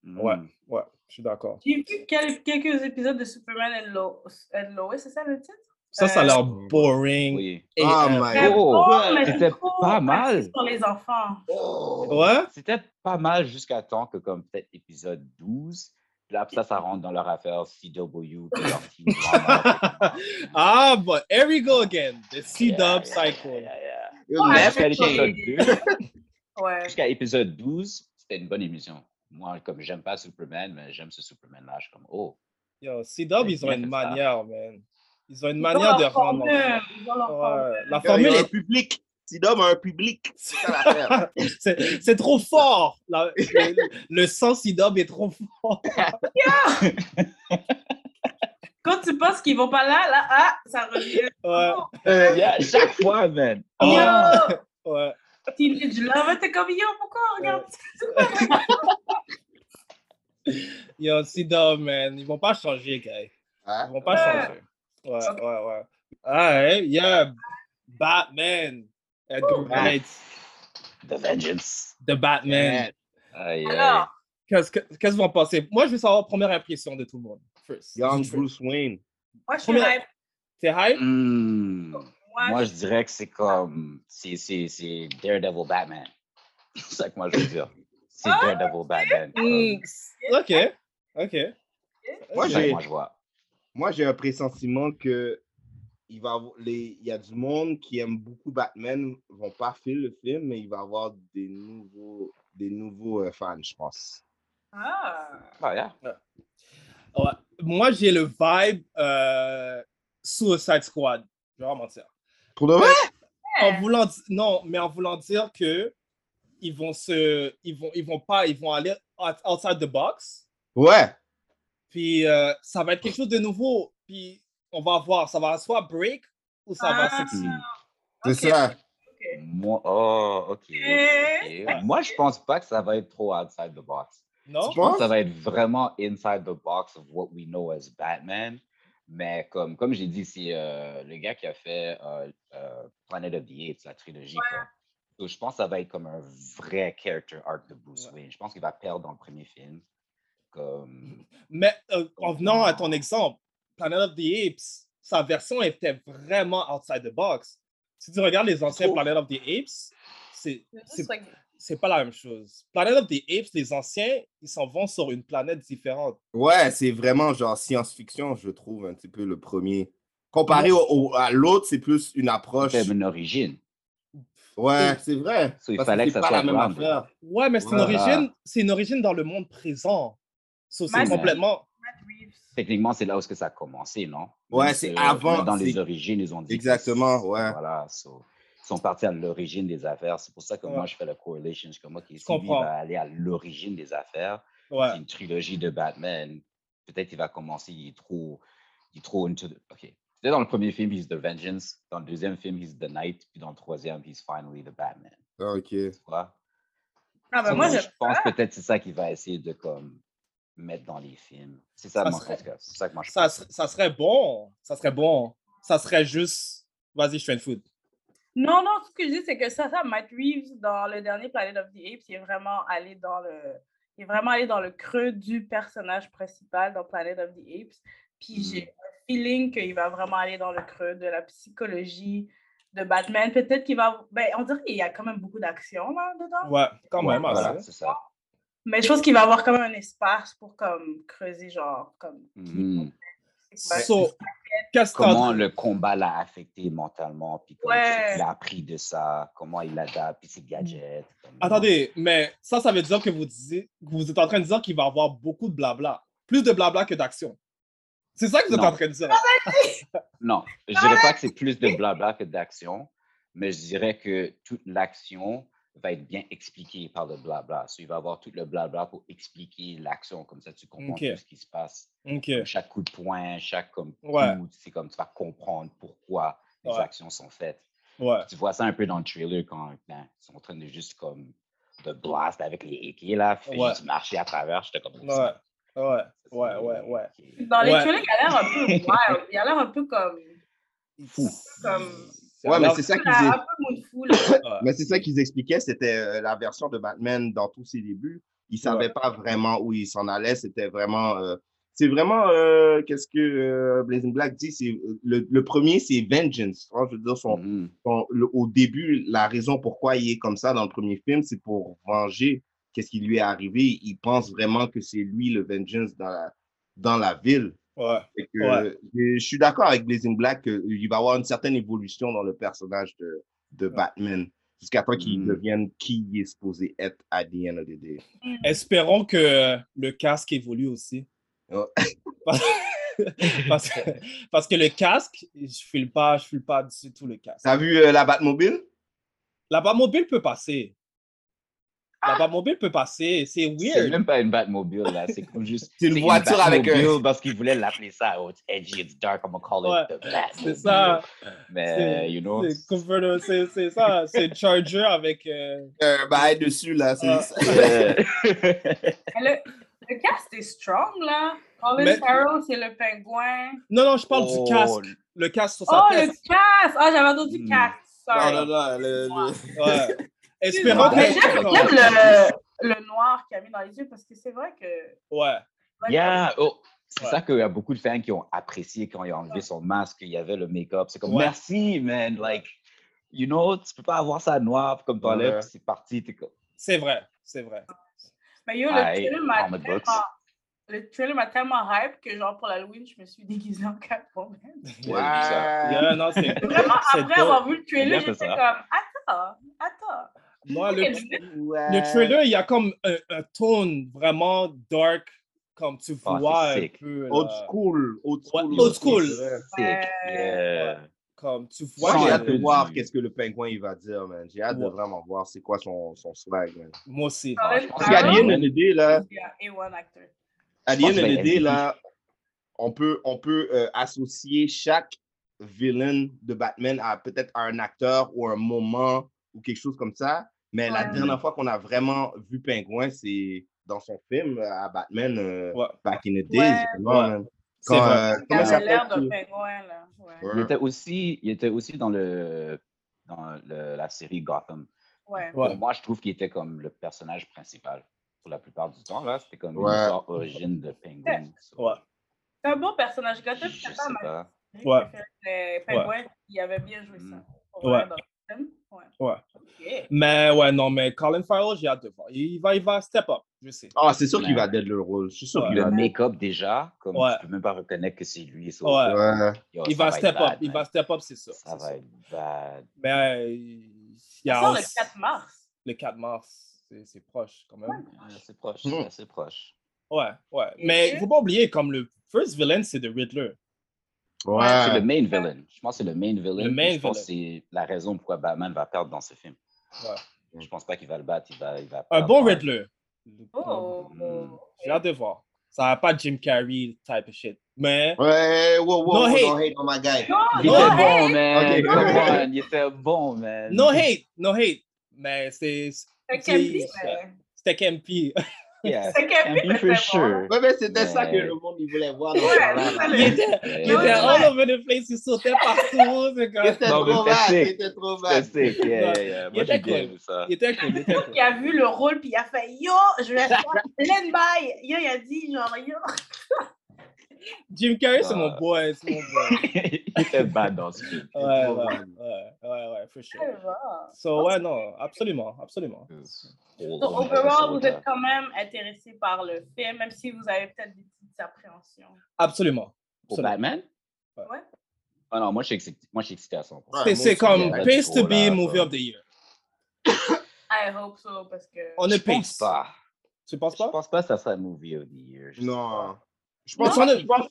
Speaker 3: Hmm,
Speaker 5: Ouais, ouais, je suis d'accord.
Speaker 6: J'ai vu quel- quelques épisodes de Superman and, Lo- and Lois, c'est ça le titre?
Speaker 5: Ça, ça a l'air
Speaker 6: Euh,
Speaker 5: boring. Et,
Speaker 4: Oh
Speaker 5: euh,
Speaker 4: my
Speaker 6: C'est
Speaker 3: Oh,
Speaker 6: bon, mais
Speaker 3: c'était
Speaker 6: c'est trop
Speaker 3: pas mal.
Speaker 6: axé Sur les enfants.
Speaker 5: Ouais? <laughs>
Speaker 3: C'était pas mal jusqu'à temps que, comme peut-être épisode 12, là, ça, ça rentre dans leur affaire CW, puis leur teen drama.
Speaker 5: Ah, but here we go again. The C-Dub cycle.
Speaker 6: Ouais,
Speaker 3: Jusqu'à
Speaker 6: c'est ça.
Speaker 3: l'épisode 2,
Speaker 6: Ouais.
Speaker 3: jusqu'à épisode 12, c'était une bonne émission. Moi, comme j'aime pas Superman, mais j'aime ce Superman-là, je suis comme, oh.
Speaker 5: Yo, C-Dub, ils ont
Speaker 3: bien
Speaker 5: une
Speaker 3: fait ça.
Speaker 5: manière, man. Ils ont une
Speaker 6: Ils ont
Speaker 5: manière
Speaker 6: leur
Speaker 5: de rendre.
Speaker 6: formule, ils ont leur formule.
Speaker 5: Ouais, La
Speaker 4: Il y a
Speaker 5: formule
Speaker 4: un
Speaker 5: est
Speaker 4: public. C-Dub a un public. C'est ça
Speaker 5: <laughs>
Speaker 4: l'affaire.
Speaker 5: C'est c'est trop fort. La- le, le sens idob est trop fort.
Speaker 6: Quand tu penses qu'ils vont pas là, là, ah, ça revient.
Speaker 5: Ouais.
Speaker 3: Euh, yeah, chaque fois, man. Oh.
Speaker 5: Ah.
Speaker 6: Yo!
Speaker 5: <laughs> Ouais.
Speaker 6: Teenage Love, t'es comme yo, pourquoi regarde
Speaker 5: <laughs> Yo, Sidom, man. Ils vont pas changer, guys.
Speaker 4: Hein?
Speaker 5: Ils vont pas
Speaker 6: Ouais.
Speaker 5: changer. Ouais, ouais, ouais. Alright, yeah. Batman. Edgar Wright.
Speaker 3: The Vengeance.
Speaker 5: The Batman.
Speaker 3: Aïe, aïe.
Speaker 6: Alors,
Speaker 5: Qu'est-ce que- qu'est-ce que vous en pensez? Moi, je veux savoir première impression de tout le monde. First.
Speaker 4: Young Bruce Wayne.
Speaker 6: moi je suis
Speaker 5: Combien-
Speaker 6: hype.
Speaker 5: T'es hype?
Speaker 3: Hmm,
Speaker 6: Moi,
Speaker 3: Moi,
Speaker 6: je-
Speaker 3: je dirais que c'est comme, c'est c'est- c'est Daredevil Batman. <laughs> C'est ça que moi, je veux dire. C'est Daredevil Batman.
Speaker 5: Hmm, Ok. Ok.
Speaker 4: Moi,
Speaker 3: C'est ça que
Speaker 4: j'ai-
Speaker 3: moi, je vois.
Speaker 4: Moi, j'ai un pressentiment que il va avoir- les- il y a du monde qui aime beaucoup Batman, vont pas filer le film, mais il va avoir des nouveaux, des nouveaux euh, fans, je pense.
Speaker 6: Ah.
Speaker 3: Ah, yeah.
Speaker 5: Ouais. Moi, j'ai le vibe euh, Suicide Squad. Je vais pas mentir.
Speaker 4: Pour de vrai?
Speaker 5: en voulant di- non, mais en voulant dire que ils vont se ils vont ils vont pas ils vont aller out- outside the box.
Speaker 4: Ouais.
Speaker 5: Puis euh, ça va être quelque chose de nouveau. Puis on va voir, ça va soit break ou ça va
Speaker 6: Ah.
Speaker 3: Hmm.
Speaker 5: sexy.
Speaker 4: C'est ça.
Speaker 3: Moi, oh, ok. ok. Moi, je pense pas que ça va être trop outside the box.
Speaker 5: Non?
Speaker 4: Tu
Speaker 3: Je pense
Speaker 4: penses?
Speaker 3: que ça va être vraiment inside the box of what we know as Batman. Mais comme, comme j'ai dit, c'est euh, le gars qui a fait euh, euh, Planet of the Apes, la trilogie. quoi. Donc, je pense que ça va être comme un vrai character arc de Bruce Wayne. Je pense qu'il va perdre dans le premier film. comme.
Speaker 5: Mais euh, en venant à ton exemple, Planet of the Apes, sa version était vraiment outside the box. Si tu regardes les anciens Planet of the Apes, c'est c'est- c'est pas la même chose. Planet of the Apes, les anciens, ils s'en vont sur une planète différente.
Speaker 4: Ouais, c'est vraiment genre science-fiction, je trouve, un petit peu le premier. Comparé au, au- à l'autre, c'est plus une approche.
Speaker 3: C'est une origine.
Speaker 4: Ouais, c'est vrai.
Speaker 3: So, il
Speaker 4: parce
Speaker 3: fallait
Speaker 4: c'est
Speaker 3: que ça
Speaker 4: pas
Speaker 3: soit
Speaker 4: la même
Speaker 3: grounded.
Speaker 4: affaire.
Speaker 5: Ouais, mais c'est une
Speaker 3: Voilà.
Speaker 5: origine, c'est une origine dans le monde présent. So, c'est
Speaker 3: Matt-
Speaker 5: complètement.
Speaker 3: Techniquement, c'est là où est-ce que ça a commencé, non?
Speaker 4: Ouais,
Speaker 3: Même
Speaker 4: c'est
Speaker 3: que,
Speaker 4: avant,
Speaker 3: mais Dans les
Speaker 4: c'est-
Speaker 3: origines, ils ont dit.
Speaker 4: Exactement,
Speaker 3: ouais. Voilà, so, ils sont partis à l'origine des affaires. C'est pour ça que
Speaker 5: Ouais.
Speaker 3: moi, je fais la correlation. Je suis comme, OK, si lui
Speaker 5: comprends.
Speaker 3: va aller à l'origine des affaires,
Speaker 5: Ouais.
Speaker 3: c'est une trilogie de Batman. Peut-être il va commencer, il est trop, il est trop into the- OK. Peut-être dans le premier film, he's the Vengeance. Dans le deuxième film, he's the Knight. Puis dans le troisième, he's finally the Batman.
Speaker 4: OK.
Speaker 3: Tu vois?
Speaker 6: Ah, ben
Speaker 3: So,
Speaker 6: moi,
Speaker 3: je
Speaker 6: je.
Speaker 3: pense peut-être c'est ça qu'il va essayer de comme mettre dans les films. C'est ça,
Speaker 5: Ça
Speaker 3: moi, en
Speaker 5: serait-
Speaker 3: tout cas, c'est ça que moi je
Speaker 5: Ça, ser- ça serait bon. Ça serait bon. Ça serait juste. Vas-y, je fais une food.
Speaker 6: Non, non, ce que je dis, c'est que ça, ça, Matt Reeves, dans le dernier Planet of the Apes, il est vraiment allé dans le, il est vraiment allé dans le creux du personnage principal dans Planet of the Apes. Puis
Speaker 3: Mm-hmm.
Speaker 6: j'ai un feeling qu'il va vraiment aller dans le creux de la psychologie de Batman. Peut-être qu'il va. Ben, on dirait qu'il y a quand même beaucoup d'action là, dedans.
Speaker 5: Ouais, quand
Speaker 3: Ouais,
Speaker 5: même. hein,
Speaker 3: voilà,
Speaker 5: ça.
Speaker 3: c'est ça.
Speaker 6: Mais je pense qu'il va avoir quand même un espace pour comme creuser, genre, comme.
Speaker 3: Mhm.
Speaker 5: So, qu'est-ce que t'en-
Speaker 3: Comment le combat l'a affecté mentalement, puis comment
Speaker 6: Ouais.
Speaker 3: il a appris de ça, comment il l'adapte, puis ses gadgets. comme-
Speaker 5: Attendez, mais ça, ça veut dire que vous, disiez- que vous êtes en train de dire qu'il va y avoir beaucoup de blabla. Plus de blabla que d'action. C'est ça que vous êtes
Speaker 3: Non.
Speaker 5: en train de dire.
Speaker 3: Non, je dirais pas que c'est plus de blabla que d'action, mais je dirais que toute l'action va être bien expliquée par le blabla. So, il va avoir tout le blabla pour expliquer l'action, comme ça tu comprends
Speaker 5: Ok.
Speaker 3: tout ce qui se passe.
Speaker 5: Ok.
Speaker 3: Comme chaque coup de poing, chaque comme
Speaker 5: Ouais.
Speaker 3: coup, c'est comme tu vas comprendre pourquoi les
Speaker 5: Ouais.
Speaker 3: actions sont faites.
Speaker 5: Ouais.
Speaker 3: Tu vois ça un peu dans le trailer quand quand ils sont en train de juste comme de blast avec les équipes là, puis
Speaker 5: Ouais.
Speaker 3: juste marcher à travers, j'étais comme
Speaker 5: Ouais. Ouais. Ouais, ouais, ouais.
Speaker 6: Dans les
Speaker 5: Ouais.
Speaker 6: trailers, il a l'air un peu wild. Il a l'air un peu comme.
Speaker 3: fou.
Speaker 6: comme...
Speaker 4: Ouais, mais c'est ça qu'ils
Speaker 6: Un peu moule fou, là.
Speaker 4: Mais c'est ça qu'ils expliquaient, c'était euh, la version de Batman dans tous ses débuts. Ils ne savaient pas vraiment où ils s'en allaient. C'était vraiment. euh, c'est vraiment. euh, Qu'est-ce que euh, Blazing Black dit c'est, euh, le, le premier, c'est Vengeance. Hein, je veux dire, son,
Speaker 3: Mhm.
Speaker 4: son- le- au début, la raison pourquoi il est comme ça dans le premier film, c'est pour venger qu'est-ce qui lui est arrivé. Il pense vraiment que c'est lui le Vengeance dans la, dans la ville.
Speaker 5: Ouais.
Speaker 4: Fait que,
Speaker 5: Ouais.
Speaker 4: je, je suis d'accord avec Blazing Black qu'il va y avoir une certaine évolution dans le personnage de, de Batman jusqu'à temps qu'il devienne qui il est supposé être à the end of the day.
Speaker 5: Espérons que le casque évolue aussi.
Speaker 4: Ouais. <laughs>
Speaker 5: Parce, parce que, parce que le casque, je file pas, je file pas du tout le casque.
Speaker 4: T'as vu euh, la Batmobile?
Speaker 5: La Batmobile peut passer. La Batmobile peut passer. C'est
Speaker 3: C'est
Speaker 5: weird.
Speaker 3: même pas une Batmobile, là. C'est comme juste.
Speaker 4: C'est une voiture avec un-
Speaker 3: Batmobile parce qu'ils voulaient l'appeler ça. Oh, it's edgy, it's dark, I'm gonna call it
Speaker 5: Ouais,
Speaker 3: the Batmobile.
Speaker 5: C'est ça.
Speaker 3: Mais,
Speaker 5: C'est-
Speaker 3: you know.
Speaker 5: c'est convertible, C'est c'est ça. C'est Charger avec. euh,
Speaker 4: Euh, bah, dessus, là. c'est-
Speaker 5: Ah.
Speaker 3: euh,
Speaker 6: Mais Le, le cast est strong, là. Colin
Speaker 5: Mais-
Speaker 6: Farrell, Oh, c'est le pingouin.
Speaker 5: Non, non, <laughs> je parle
Speaker 3: Oh,
Speaker 5: du casque. Le casque sur sa
Speaker 6: Oh, le
Speaker 5: tête.
Speaker 6: cast! Ah, j'avais entendu
Speaker 3: Hmm.
Speaker 6: cast. Sorry.
Speaker 4: Non, non, non, le- le-
Speaker 5: Ouais.
Speaker 6: <laughs>
Speaker 5: Espérons
Speaker 6: Mais j'aime
Speaker 5: que.
Speaker 6: j'aime le, le noir qu'il a mis dans les yeux parce que c'est vrai que.
Speaker 5: Ouais.
Speaker 3: yeah. Oh, c'est
Speaker 5: Ouais.
Speaker 3: ça qu'il y a beaucoup de fans qui ont apprécié quand il a enlevé son masque, il y avait le make-up. C'est comme
Speaker 5: Ouais.
Speaker 3: merci, man. Like, you know, tu peux pas avoir ça noir comme t'enlèves,
Speaker 4: Ouais.
Speaker 3: puis c'est parti. T'es comme.
Speaker 5: C'est vrai. C'est vrai.
Speaker 6: Mais yo, le
Speaker 3: Aye,
Speaker 6: trailer m'a
Speaker 3: comic
Speaker 6: tellement.
Speaker 3: books.
Speaker 6: Le trailer m'a tellement hype que, genre, pour l'Halloween, je me suis déguisée en Catwoman.
Speaker 5: Yeah, non,
Speaker 6: <laughs>
Speaker 5: c'est.
Speaker 6: Vraiment,
Speaker 5: c'est
Speaker 6: après
Speaker 5: dope.
Speaker 6: avoir vu le trailer,
Speaker 3: bien fait
Speaker 6: j'étais
Speaker 3: ça.
Speaker 6: comme, attends, attends.
Speaker 5: Moi, le,
Speaker 6: Quelle euh,
Speaker 5: le trailer, il y a comme un, un tone vraiment dark, comme tu
Speaker 3: Ah, c'est
Speaker 5: vois un
Speaker 3: sick.
Speaker 5: peu. là,
Speaker 4: Old school. Old
Speaker 5: Ouais,
Speaker 4: school.
Speaker 5: old school.
Speaker 3: Sick, yeah.
Speaker 5: Comme tu vois. euh,
Speaker 4: Moi, j'ai
Speaker 3: Ouais,
Speaker 4: hâte de
Speaker 3: ouais.
Speaker 4: voir qu'est-ce que le pingouin il va dire, man. J'ai hâte de
Speaker 5: Ouais.
Speaker 4: vraiment voir c'est quoi son, son swag, man.
Speaker 5: Moi aussi.
Speaker 6: Colin
Speaker 3: pense
Speaker 4: Parce qu'à the
Speaker 6: Farrell,
Speaker 4: end of the day, là,
Speaker 6: il y a A1 acteur.
Speaker 4: à
Speaker 3: Je
Speaker 4: the
Speaker 3: pense
Speaker 4: end of
Speaker 3: que je
Speaker 4: the
Speaker 3: vais
Speaker 4: day,
Speaker 3: aimer.
Speaker 4: là, on peut, on peut euh, associer chaque villain de Batman à peut-être à un acteur ou un moment ou quelque chose comme ça. Mais la
Speaker 6: Ouais.
Speaker 4: dernière fois qu'on a vraiment vu Pingouin, c'est dans son film euh, à Batman euh,
Speaker 5: Ouais.
Speaker 4: Back in the Days.
Speaker 6: Ouais.
Speaker 4: vraiment,
Speaker 5: Ouais.
Speaker 4: hein.
Speaker 5: C'est
Speaker 4: Quand,
Speaker 5: vrai.
Speaker 4: euh,
Speaker 6: Il
Speaker 4: comment ça
Speaker 6: avait l'air
Speaker 4: s'appelle,
Speaker 6: d'un
Speaker 4: tu-
Speaker 6: pingouin, là. Ben, Ouais.
Speaker 4: Ouais.
Speaker 3: Il
Speaker 5: Hein?
Speaker 3: était aussi, il était aussi dans, le, dans le- la série Gotham.
Speaker 6: ouais.
Speaker 5: Ouais.
Speaker 3: Pour moi, je trouve qu'il était comme le personnage principal. pour la plupart du temps, là. C'était comme une
Speaker 4: Ouais.
Speaker 3: histoire origine de Penguin.
Speaker 5: Ouais.
Speaker 6: C'est un bon personnage. Gotham,
Speaker 3: Je
Speaker 6: c'est
Speaker 3: sais
Speaker 6: pas mal.
Speaker 3: pas.
Speaker 5: Ouais.
Speaker 6: Les pingouins, il avait bien joué ça. euh, Pour
Speaker 5: Ouais.
Speaker 6: vrai, dans le film. Ouais.
Speaker 5: Ouais.
Speaker 6: Ok.
Speaker 5: Mais ouais, non, mais Colin Farrell, j'ai hâte de voir. Il va, il va step up, je sais.
Speaker 4: Ah, c'est sûr
Speaker 3: Ouais.
Speaker 4: qu'il va dead le rôle. Je suis sûr
Speaker 5: Ouais.
Speaker 4: qu'il
Speaker 3: Le
Speaker 4: va dead.
Speaker 3: make-up déjà, comme
Speaker 5: Ouais.
Speaker 3: tu peux même pas reconnaître que c'est lui. ça.
Speaker 5: Ouais.
Speaker 4: Ouais.
Speaker 3: Yo, Oh, ça
Speaker 5: Il va
Speaker 3: être
Speaker 5: step
Speaker 3: bad,
Speaker 5: up, il
Speaker 3: man.
Speaker 5: va step up, c'est sûr.
Speaker 3: Ça
Speaker 5: c'est sûr.
Speaker 3: va être bad.
Speaker 5: Mais euh, il y
Speaker 6: Ça
Speaker 5: a
Speaker 6: sort le
Speaker 5: aussi-
Speaker 6: 4 mars.
Speaker 5: le 4 mars, c'est- c'est proche quand même.
Speaker 3: Ouais, C'est proche,
Speaker 5: Hmm.
Speaker 4: Mhm.
Speaker 3: c'est assez proche.
Speaker 5: Ouais, ouais.
Speaker 6: Et
Speaker 5: Mais
Speaker 6: tu-
Speaker 5: faut pas oublier, comme le first villain, c'est The Riddler.
Speaker 6: Ah.
Speaker 3: C'est le
Speaker 4: Ouais.
Speaker 3: main villain. Je pense que c'est le main villain.
Speaker 5: Le
Speaker 3: puis
Speaker 5: main
Speaker 3: je pense que c'est la raison pourquoi Batman va perdre dans ce film.
Speaker 4: Ouais.
Speaker 3: Je pense pas qu'il va le battre. Il va, il va
Speaker 5: Un
Speaker 3: perdre.
Speaker 5: bon Riddler.
Speaker 6: Ah, Oh.
Speaker 3: Mm.
Speaker 5: J'ai hâte de voir. Ça va pas Jim Carrey type of shit. Mais
Speaker 4: Ouais, wow, wow,
Speaker 5: No
Speaker 4: wow,
Speaker 5: hate.
Speaker 4: no hate on my guy.
Speaker 6: Non,
Speaker 3: Il
Speaker 5: Non,
Speaker 3: était
Speaker 5: hey!
Speaker 3: bon, man.
Speaker 4: Ok.
Speaker 3: Come on, il était bon, man.
Speaker 5: no hate, no hate. Mais c'est.
Speaker 6: c'est
Speaker 5: c'est-
Speaker 6: Campy, mais-
Speaker 5: C'était Campy.
Speaker 3: Yeah.
Speaker 6: c'est Campy,
Speaker 3: Campy
Speaker 6: mais
Speaker 3: for
Speaker 6: c'est bon.
Speaker 3: sure.
Speaker 4: Ouais, mais c'était
Speaker 3: Mais-
Speaker 4: ça que le monde il voulait voir. dans
Speaker 6: Ouais,
Speaker 4: ce
Speaker 6: c'est ça,
Speaker 4: film-là.
Speaker 5: Il était,
Speaker 3: Yeah.
Speaker 5: <laughs> il était all over the place, il sautait partout. <laughs> c'est
Speaker 4: Il
Speaker 5: comme-
Speaker 6: <laughs>
Speaker 4: était
Speaker 3: Non, mais
Speaker 4: trop
Speaker 3: c'était
Speaker 4: vague, il
Speaker 3: sick.
Speaker 4: était trop
Speaker 3: C'était
Speaker 4: vague.
Speaker 3: sick, yeah, yeah, yeah. Moi,
Speaker 5: était
Speaker 3: j'ai bien
Speaker 5: cool.
Speaker 3: aimé <laughs> ça.
Speaker 5: Il était cool, il était cool.
Speaker 6: Il a vu le rôle, puis il a fait Yo, je
Speaker 3: <laughs>
Speaker 6: vais faire plein bail. Yo, il a dit genre Yo.
Speaker 5: Jim Carrey, c'est mon
Speaker 3: Ah.
Speaker 5: boy, c'est mon boy.
Speaker 3: il était bad dans ce film.
Speaker 5: Ouais, ouais, ouais, ouais, ouais,
Speaker 6: <laughs>
Speaker 5: for sure. So, ouais, non, absolument, absolument.
Speaker 6: Donc, overall, vous êtes quand même intéressé par le film, même si vous avez peut-être des petites appréhensions.
Speaker 5: Absolument.
Speaker 3: Pour
Speaker 5: absolument.
Speaker 3: Batman?
Speaker 6: Ouais.
Speaker 3: Ah non, moi, je suis excité, moi, je suis excité à 100%.
Speaker 4: Ouais,
Speaker 5: C'est-
Speaker 4: moi
Speaker 5: C'est
Speaker 4: aussi,
Speaker 5: comme
Speaker 4: ouais.
Speaker 3: ouais.
Speaker 5: Pace to
Speaker 3: Trop là,
Speaker 5: be Movie
Speaker 3: ça.
Speaker 5: of the Year.
Speaker 6: <coughs> I hope so, parce que.
Speaker 5: On
Speaker 3: Je
Speaker 5: ne
Speaker 3: pense
Speaker 5: Pace.
Speaker 3: pas.
Speaker 5: Tu penses
Speaker 3: Je
Speaker 5: pas?
Speaker 3: pense pas que ça serait Movie of the Year. je sais
Speaker 4: Non.
Speaker 3: pas.
Speaker 4: Je pense,
Speaker 5: Non.
Speaker 4: je pense,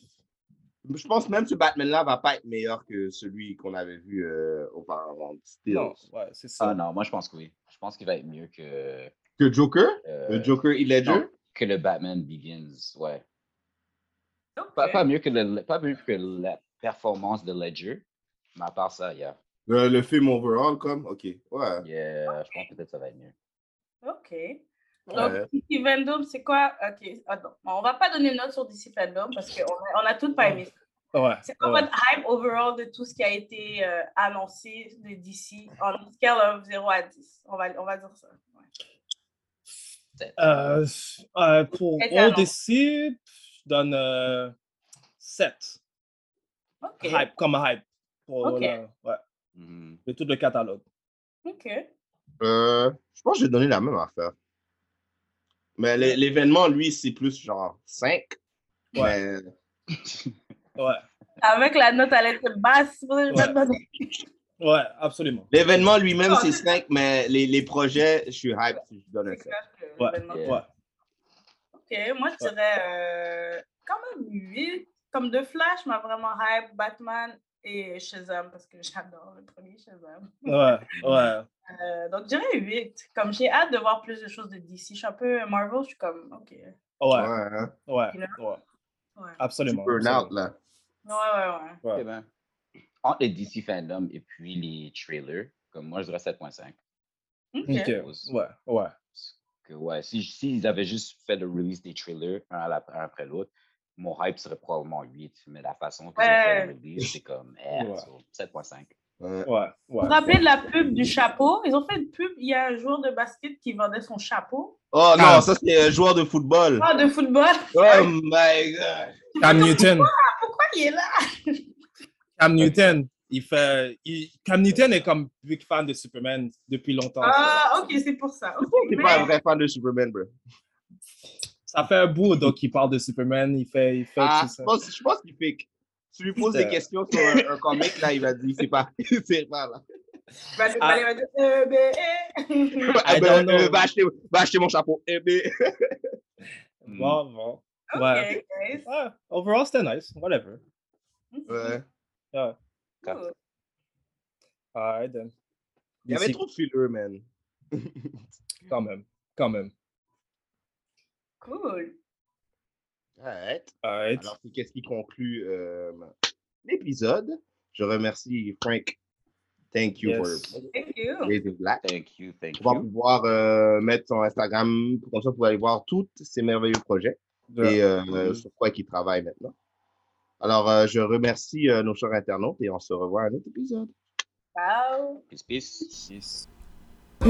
Speaker 4: je pense même que ce Batman-là va pas être meilleur que celui qu'on avait vu euh, auparavant. Still.
Speaker 5: Non, ouais, c'est
Speaker 3: Ah
Speaker 5: ça.
Speaker 3: non, moi, je pense que oui. Je pense qu'il va être mieux que,
Speaker 4: Que Joker
Speaker 3: euh,
Speaker 4: Le Joker il est
Speaker 3: non, que le Batman Begins. Ouais.
Speaker 6: Ok.
Speaker 3: Pas, pas mieux que le- pas mieux que la performance de Ledger. Mais à part ça, yeah.
Speaker 4: le, le film overall, comme Ok. Ouais.
Speaker 3: Yeah, Je pense que peut-être ça va être mieux.
Speaker 6: Ok. Donc,
Speaker 4: Ouais.
Speaker 6: DC Fandom, c'est quoi Ok, attends. Bon, on va pas donner une note sur DC Fandom parce qu'on a, on a toutes pas aimé. ça.
Speaker 5: Ouais,
Speaker 6: C'est quoi
Speaker 5: ouais.
Speaker 6: votre hype overall de tout ce qui a été euh, annoncé de DC en une scale of 0 à 10 On va, on va dire ça. Ouais.
Speaker 5: Euh, euh, pour
Speaker 6: Et
Speaker 5: On
Speaker 6: alors?
Speaker 5: décide, je donne 7.
Speaker 6: Ok.
Speaker 5: Hype, comme hype. Pour
Speaker 6: Ok.
Speaker 5: la- ouais,
Speaker 3: Mhm.
Speaker 5: de tout le catalogue.
Speaker 6: Ok.
Speaker 4: Euh, je pense que j'ai donné la même affaire. Mais l'é- l'événement, lui, c'est plus genre 5. Ouais.
Speaker 5: Ouais,
Speaker 6: Avec la note à l'être basse, vous allez
Speaker 5: Ouais.
Speaker 6: me demander.
Speaker 5: ouais, absolument.
Speaker 4: L'événement lui-même,
Speaker 6: Ah,
Speaker 4: c'est
Speaker 6: c'est-
Speaker 4: 5, mais les, les projets, je suis hype si je donne un
Speaker 6: C'est
Speaker 4: 7.
Speaker 6: clair que
Speaker 5: Ouais.
Speaker 6: l'événement-
Speaker 3: Yeah.
Speaker 5: Ouais,
Speaker 6: Ok, moi je
Speaker 5: Ouais.
Speaker 6: dirais euh, quand même 8. Comme The Flash m'a vraiment hype, Batman et Shazam parce que <laughs> j'adore le premier Shazam.
Speaker 5: ouais, ouais.
Speaker 6: Euh, donc je dirais 8. Comme j'ai hâte de voir plus de choses de DC. Je suis un peu Marvel, je suis comme ok. Ouais,
Speaker 5: Ouais,
Speaker 4: hein.
Speaker 5: ouais,
Speaker 6: You
Speaker 5: ouais,
Speaker 6: ouais,
Speaker 4: Tu
Speaker 5: absolument.
Speaker 4: burn out,
Speaker 5: absolument.
Speaker 4: là.
Speaker 6: ouais. ouais.
Speaker 5: Ouais.
Speaker 3: Eh ben, entre les DC fandom et puis les trailers, comme moi, je dirais 7.5.
Speaker 6: Ok.
Speaker 5: Ok, Ouais, ouais,
Speaker 3: Que ouais, si s'ils avaient juste fait le release des trailers un, à la- un après l'autre, mon hype serait probablement 8, mais la façon que j'ai fait le
Speaker 6: Ouais.
Speaker 3: release, c'est comme eh,
Speaker 5: Ouais.
Speaker 3: so, 7.5.
Speaker 4: Ouais.
Speaker 5: ouais, ouais.
Speaker 6: Vous vous rappelez de la pub du chapeau? Ils ont fait une pub, il y a un joueur de basket qui vendait son chapeau.
Speaker 4: Oh non,
Speaker 5: Ah.
Speaker 4: ça c'est un joueur de football.
Speaker 6: Ah, de football!
Speaker 4: Oh my god.
Speaker 5: Cam Newton,
Speaker 6: Pourquoi il est là?
Speaker 5: Cam Newton, il fait. il- Cam Newton est comme big fan de Superman depuis longtemps.
Speaker 6: Ah, ok, c'est pour ça. Ok,
Speaker 4: T'es
Speaker 6: mais-
Speaker 4: pas un vrai fan de Superman, bro.
Speaker 5: Ça fait un bout, donc il parle de Superman, il fait, il fait
Speaker 4: Ah,
Speaker 5: tout
Speaker 4: je
Speaker 5: ça.
Speaker 4: pense, je pense qu'il pique. Tu lui poses des
Speaker 5: Euh.
Speaker 4: questions sur un, un comic, là, il va dire, c'est pas, <laughs> c'est pas là.
Speaker 6: Il va- il va- il va dire, euh, ben, eh.
Speaker 4: Ah,
Speaker 5: Ah. don't
Speaker 4: ben,
Speaker 5: know.
Speaker 4: euh, va, acheter, va acheter mon chapeau. Eh ben,
Speaker 5: Bon, bon.
Speaker 6: Ok,
Speaker 5: Ouais.
Speaker 6: guys.
Speaker 5: Ouais, Overall, c'était nice. Whatever.
Speaker 4: ouais.
Speaker 5: Yeah.
Speaker 6: Cool.
Speaker 5: Alright then.
Speaker 4: Il y avait
Speaker 5: DC,
Speaker 4: trop de fillers, man.
Speaker 5: Quand même. Quand même.
Speaker 6: Cool.
Speaker 4: Alright.
Speaker 5: Alright.
Speaker 4: Alors, c'est qu'est-ce qui conclut euh, l'épisode? Je remercie Frank. Thank you
Speaker 5: Yes.
Speaker 4: for
Speaker 6: Thank you.
Speaker 4: raising black.
Speaker 3: Thank you, thank
Speaker 4: On va
Speaker 3: you.
Speaker 4: pouvoir euh, mettre son Instagram, comme ça, vous pouvez aller voir tous ces merveilleux projets. et euh,
Speaker 3: Mm-hmm.
Speaker 5: Mhm.
Speaker 4: sur quoi qu'ils travaillent maintenant. Alors, euh, je remercie euh, nos chers internautes et on se revoit à un autre épisode.
Speaker 6: Ciao.
Speaker 3: Peace, peace.
Speaker 5: Yes.
Speaker 7: Vous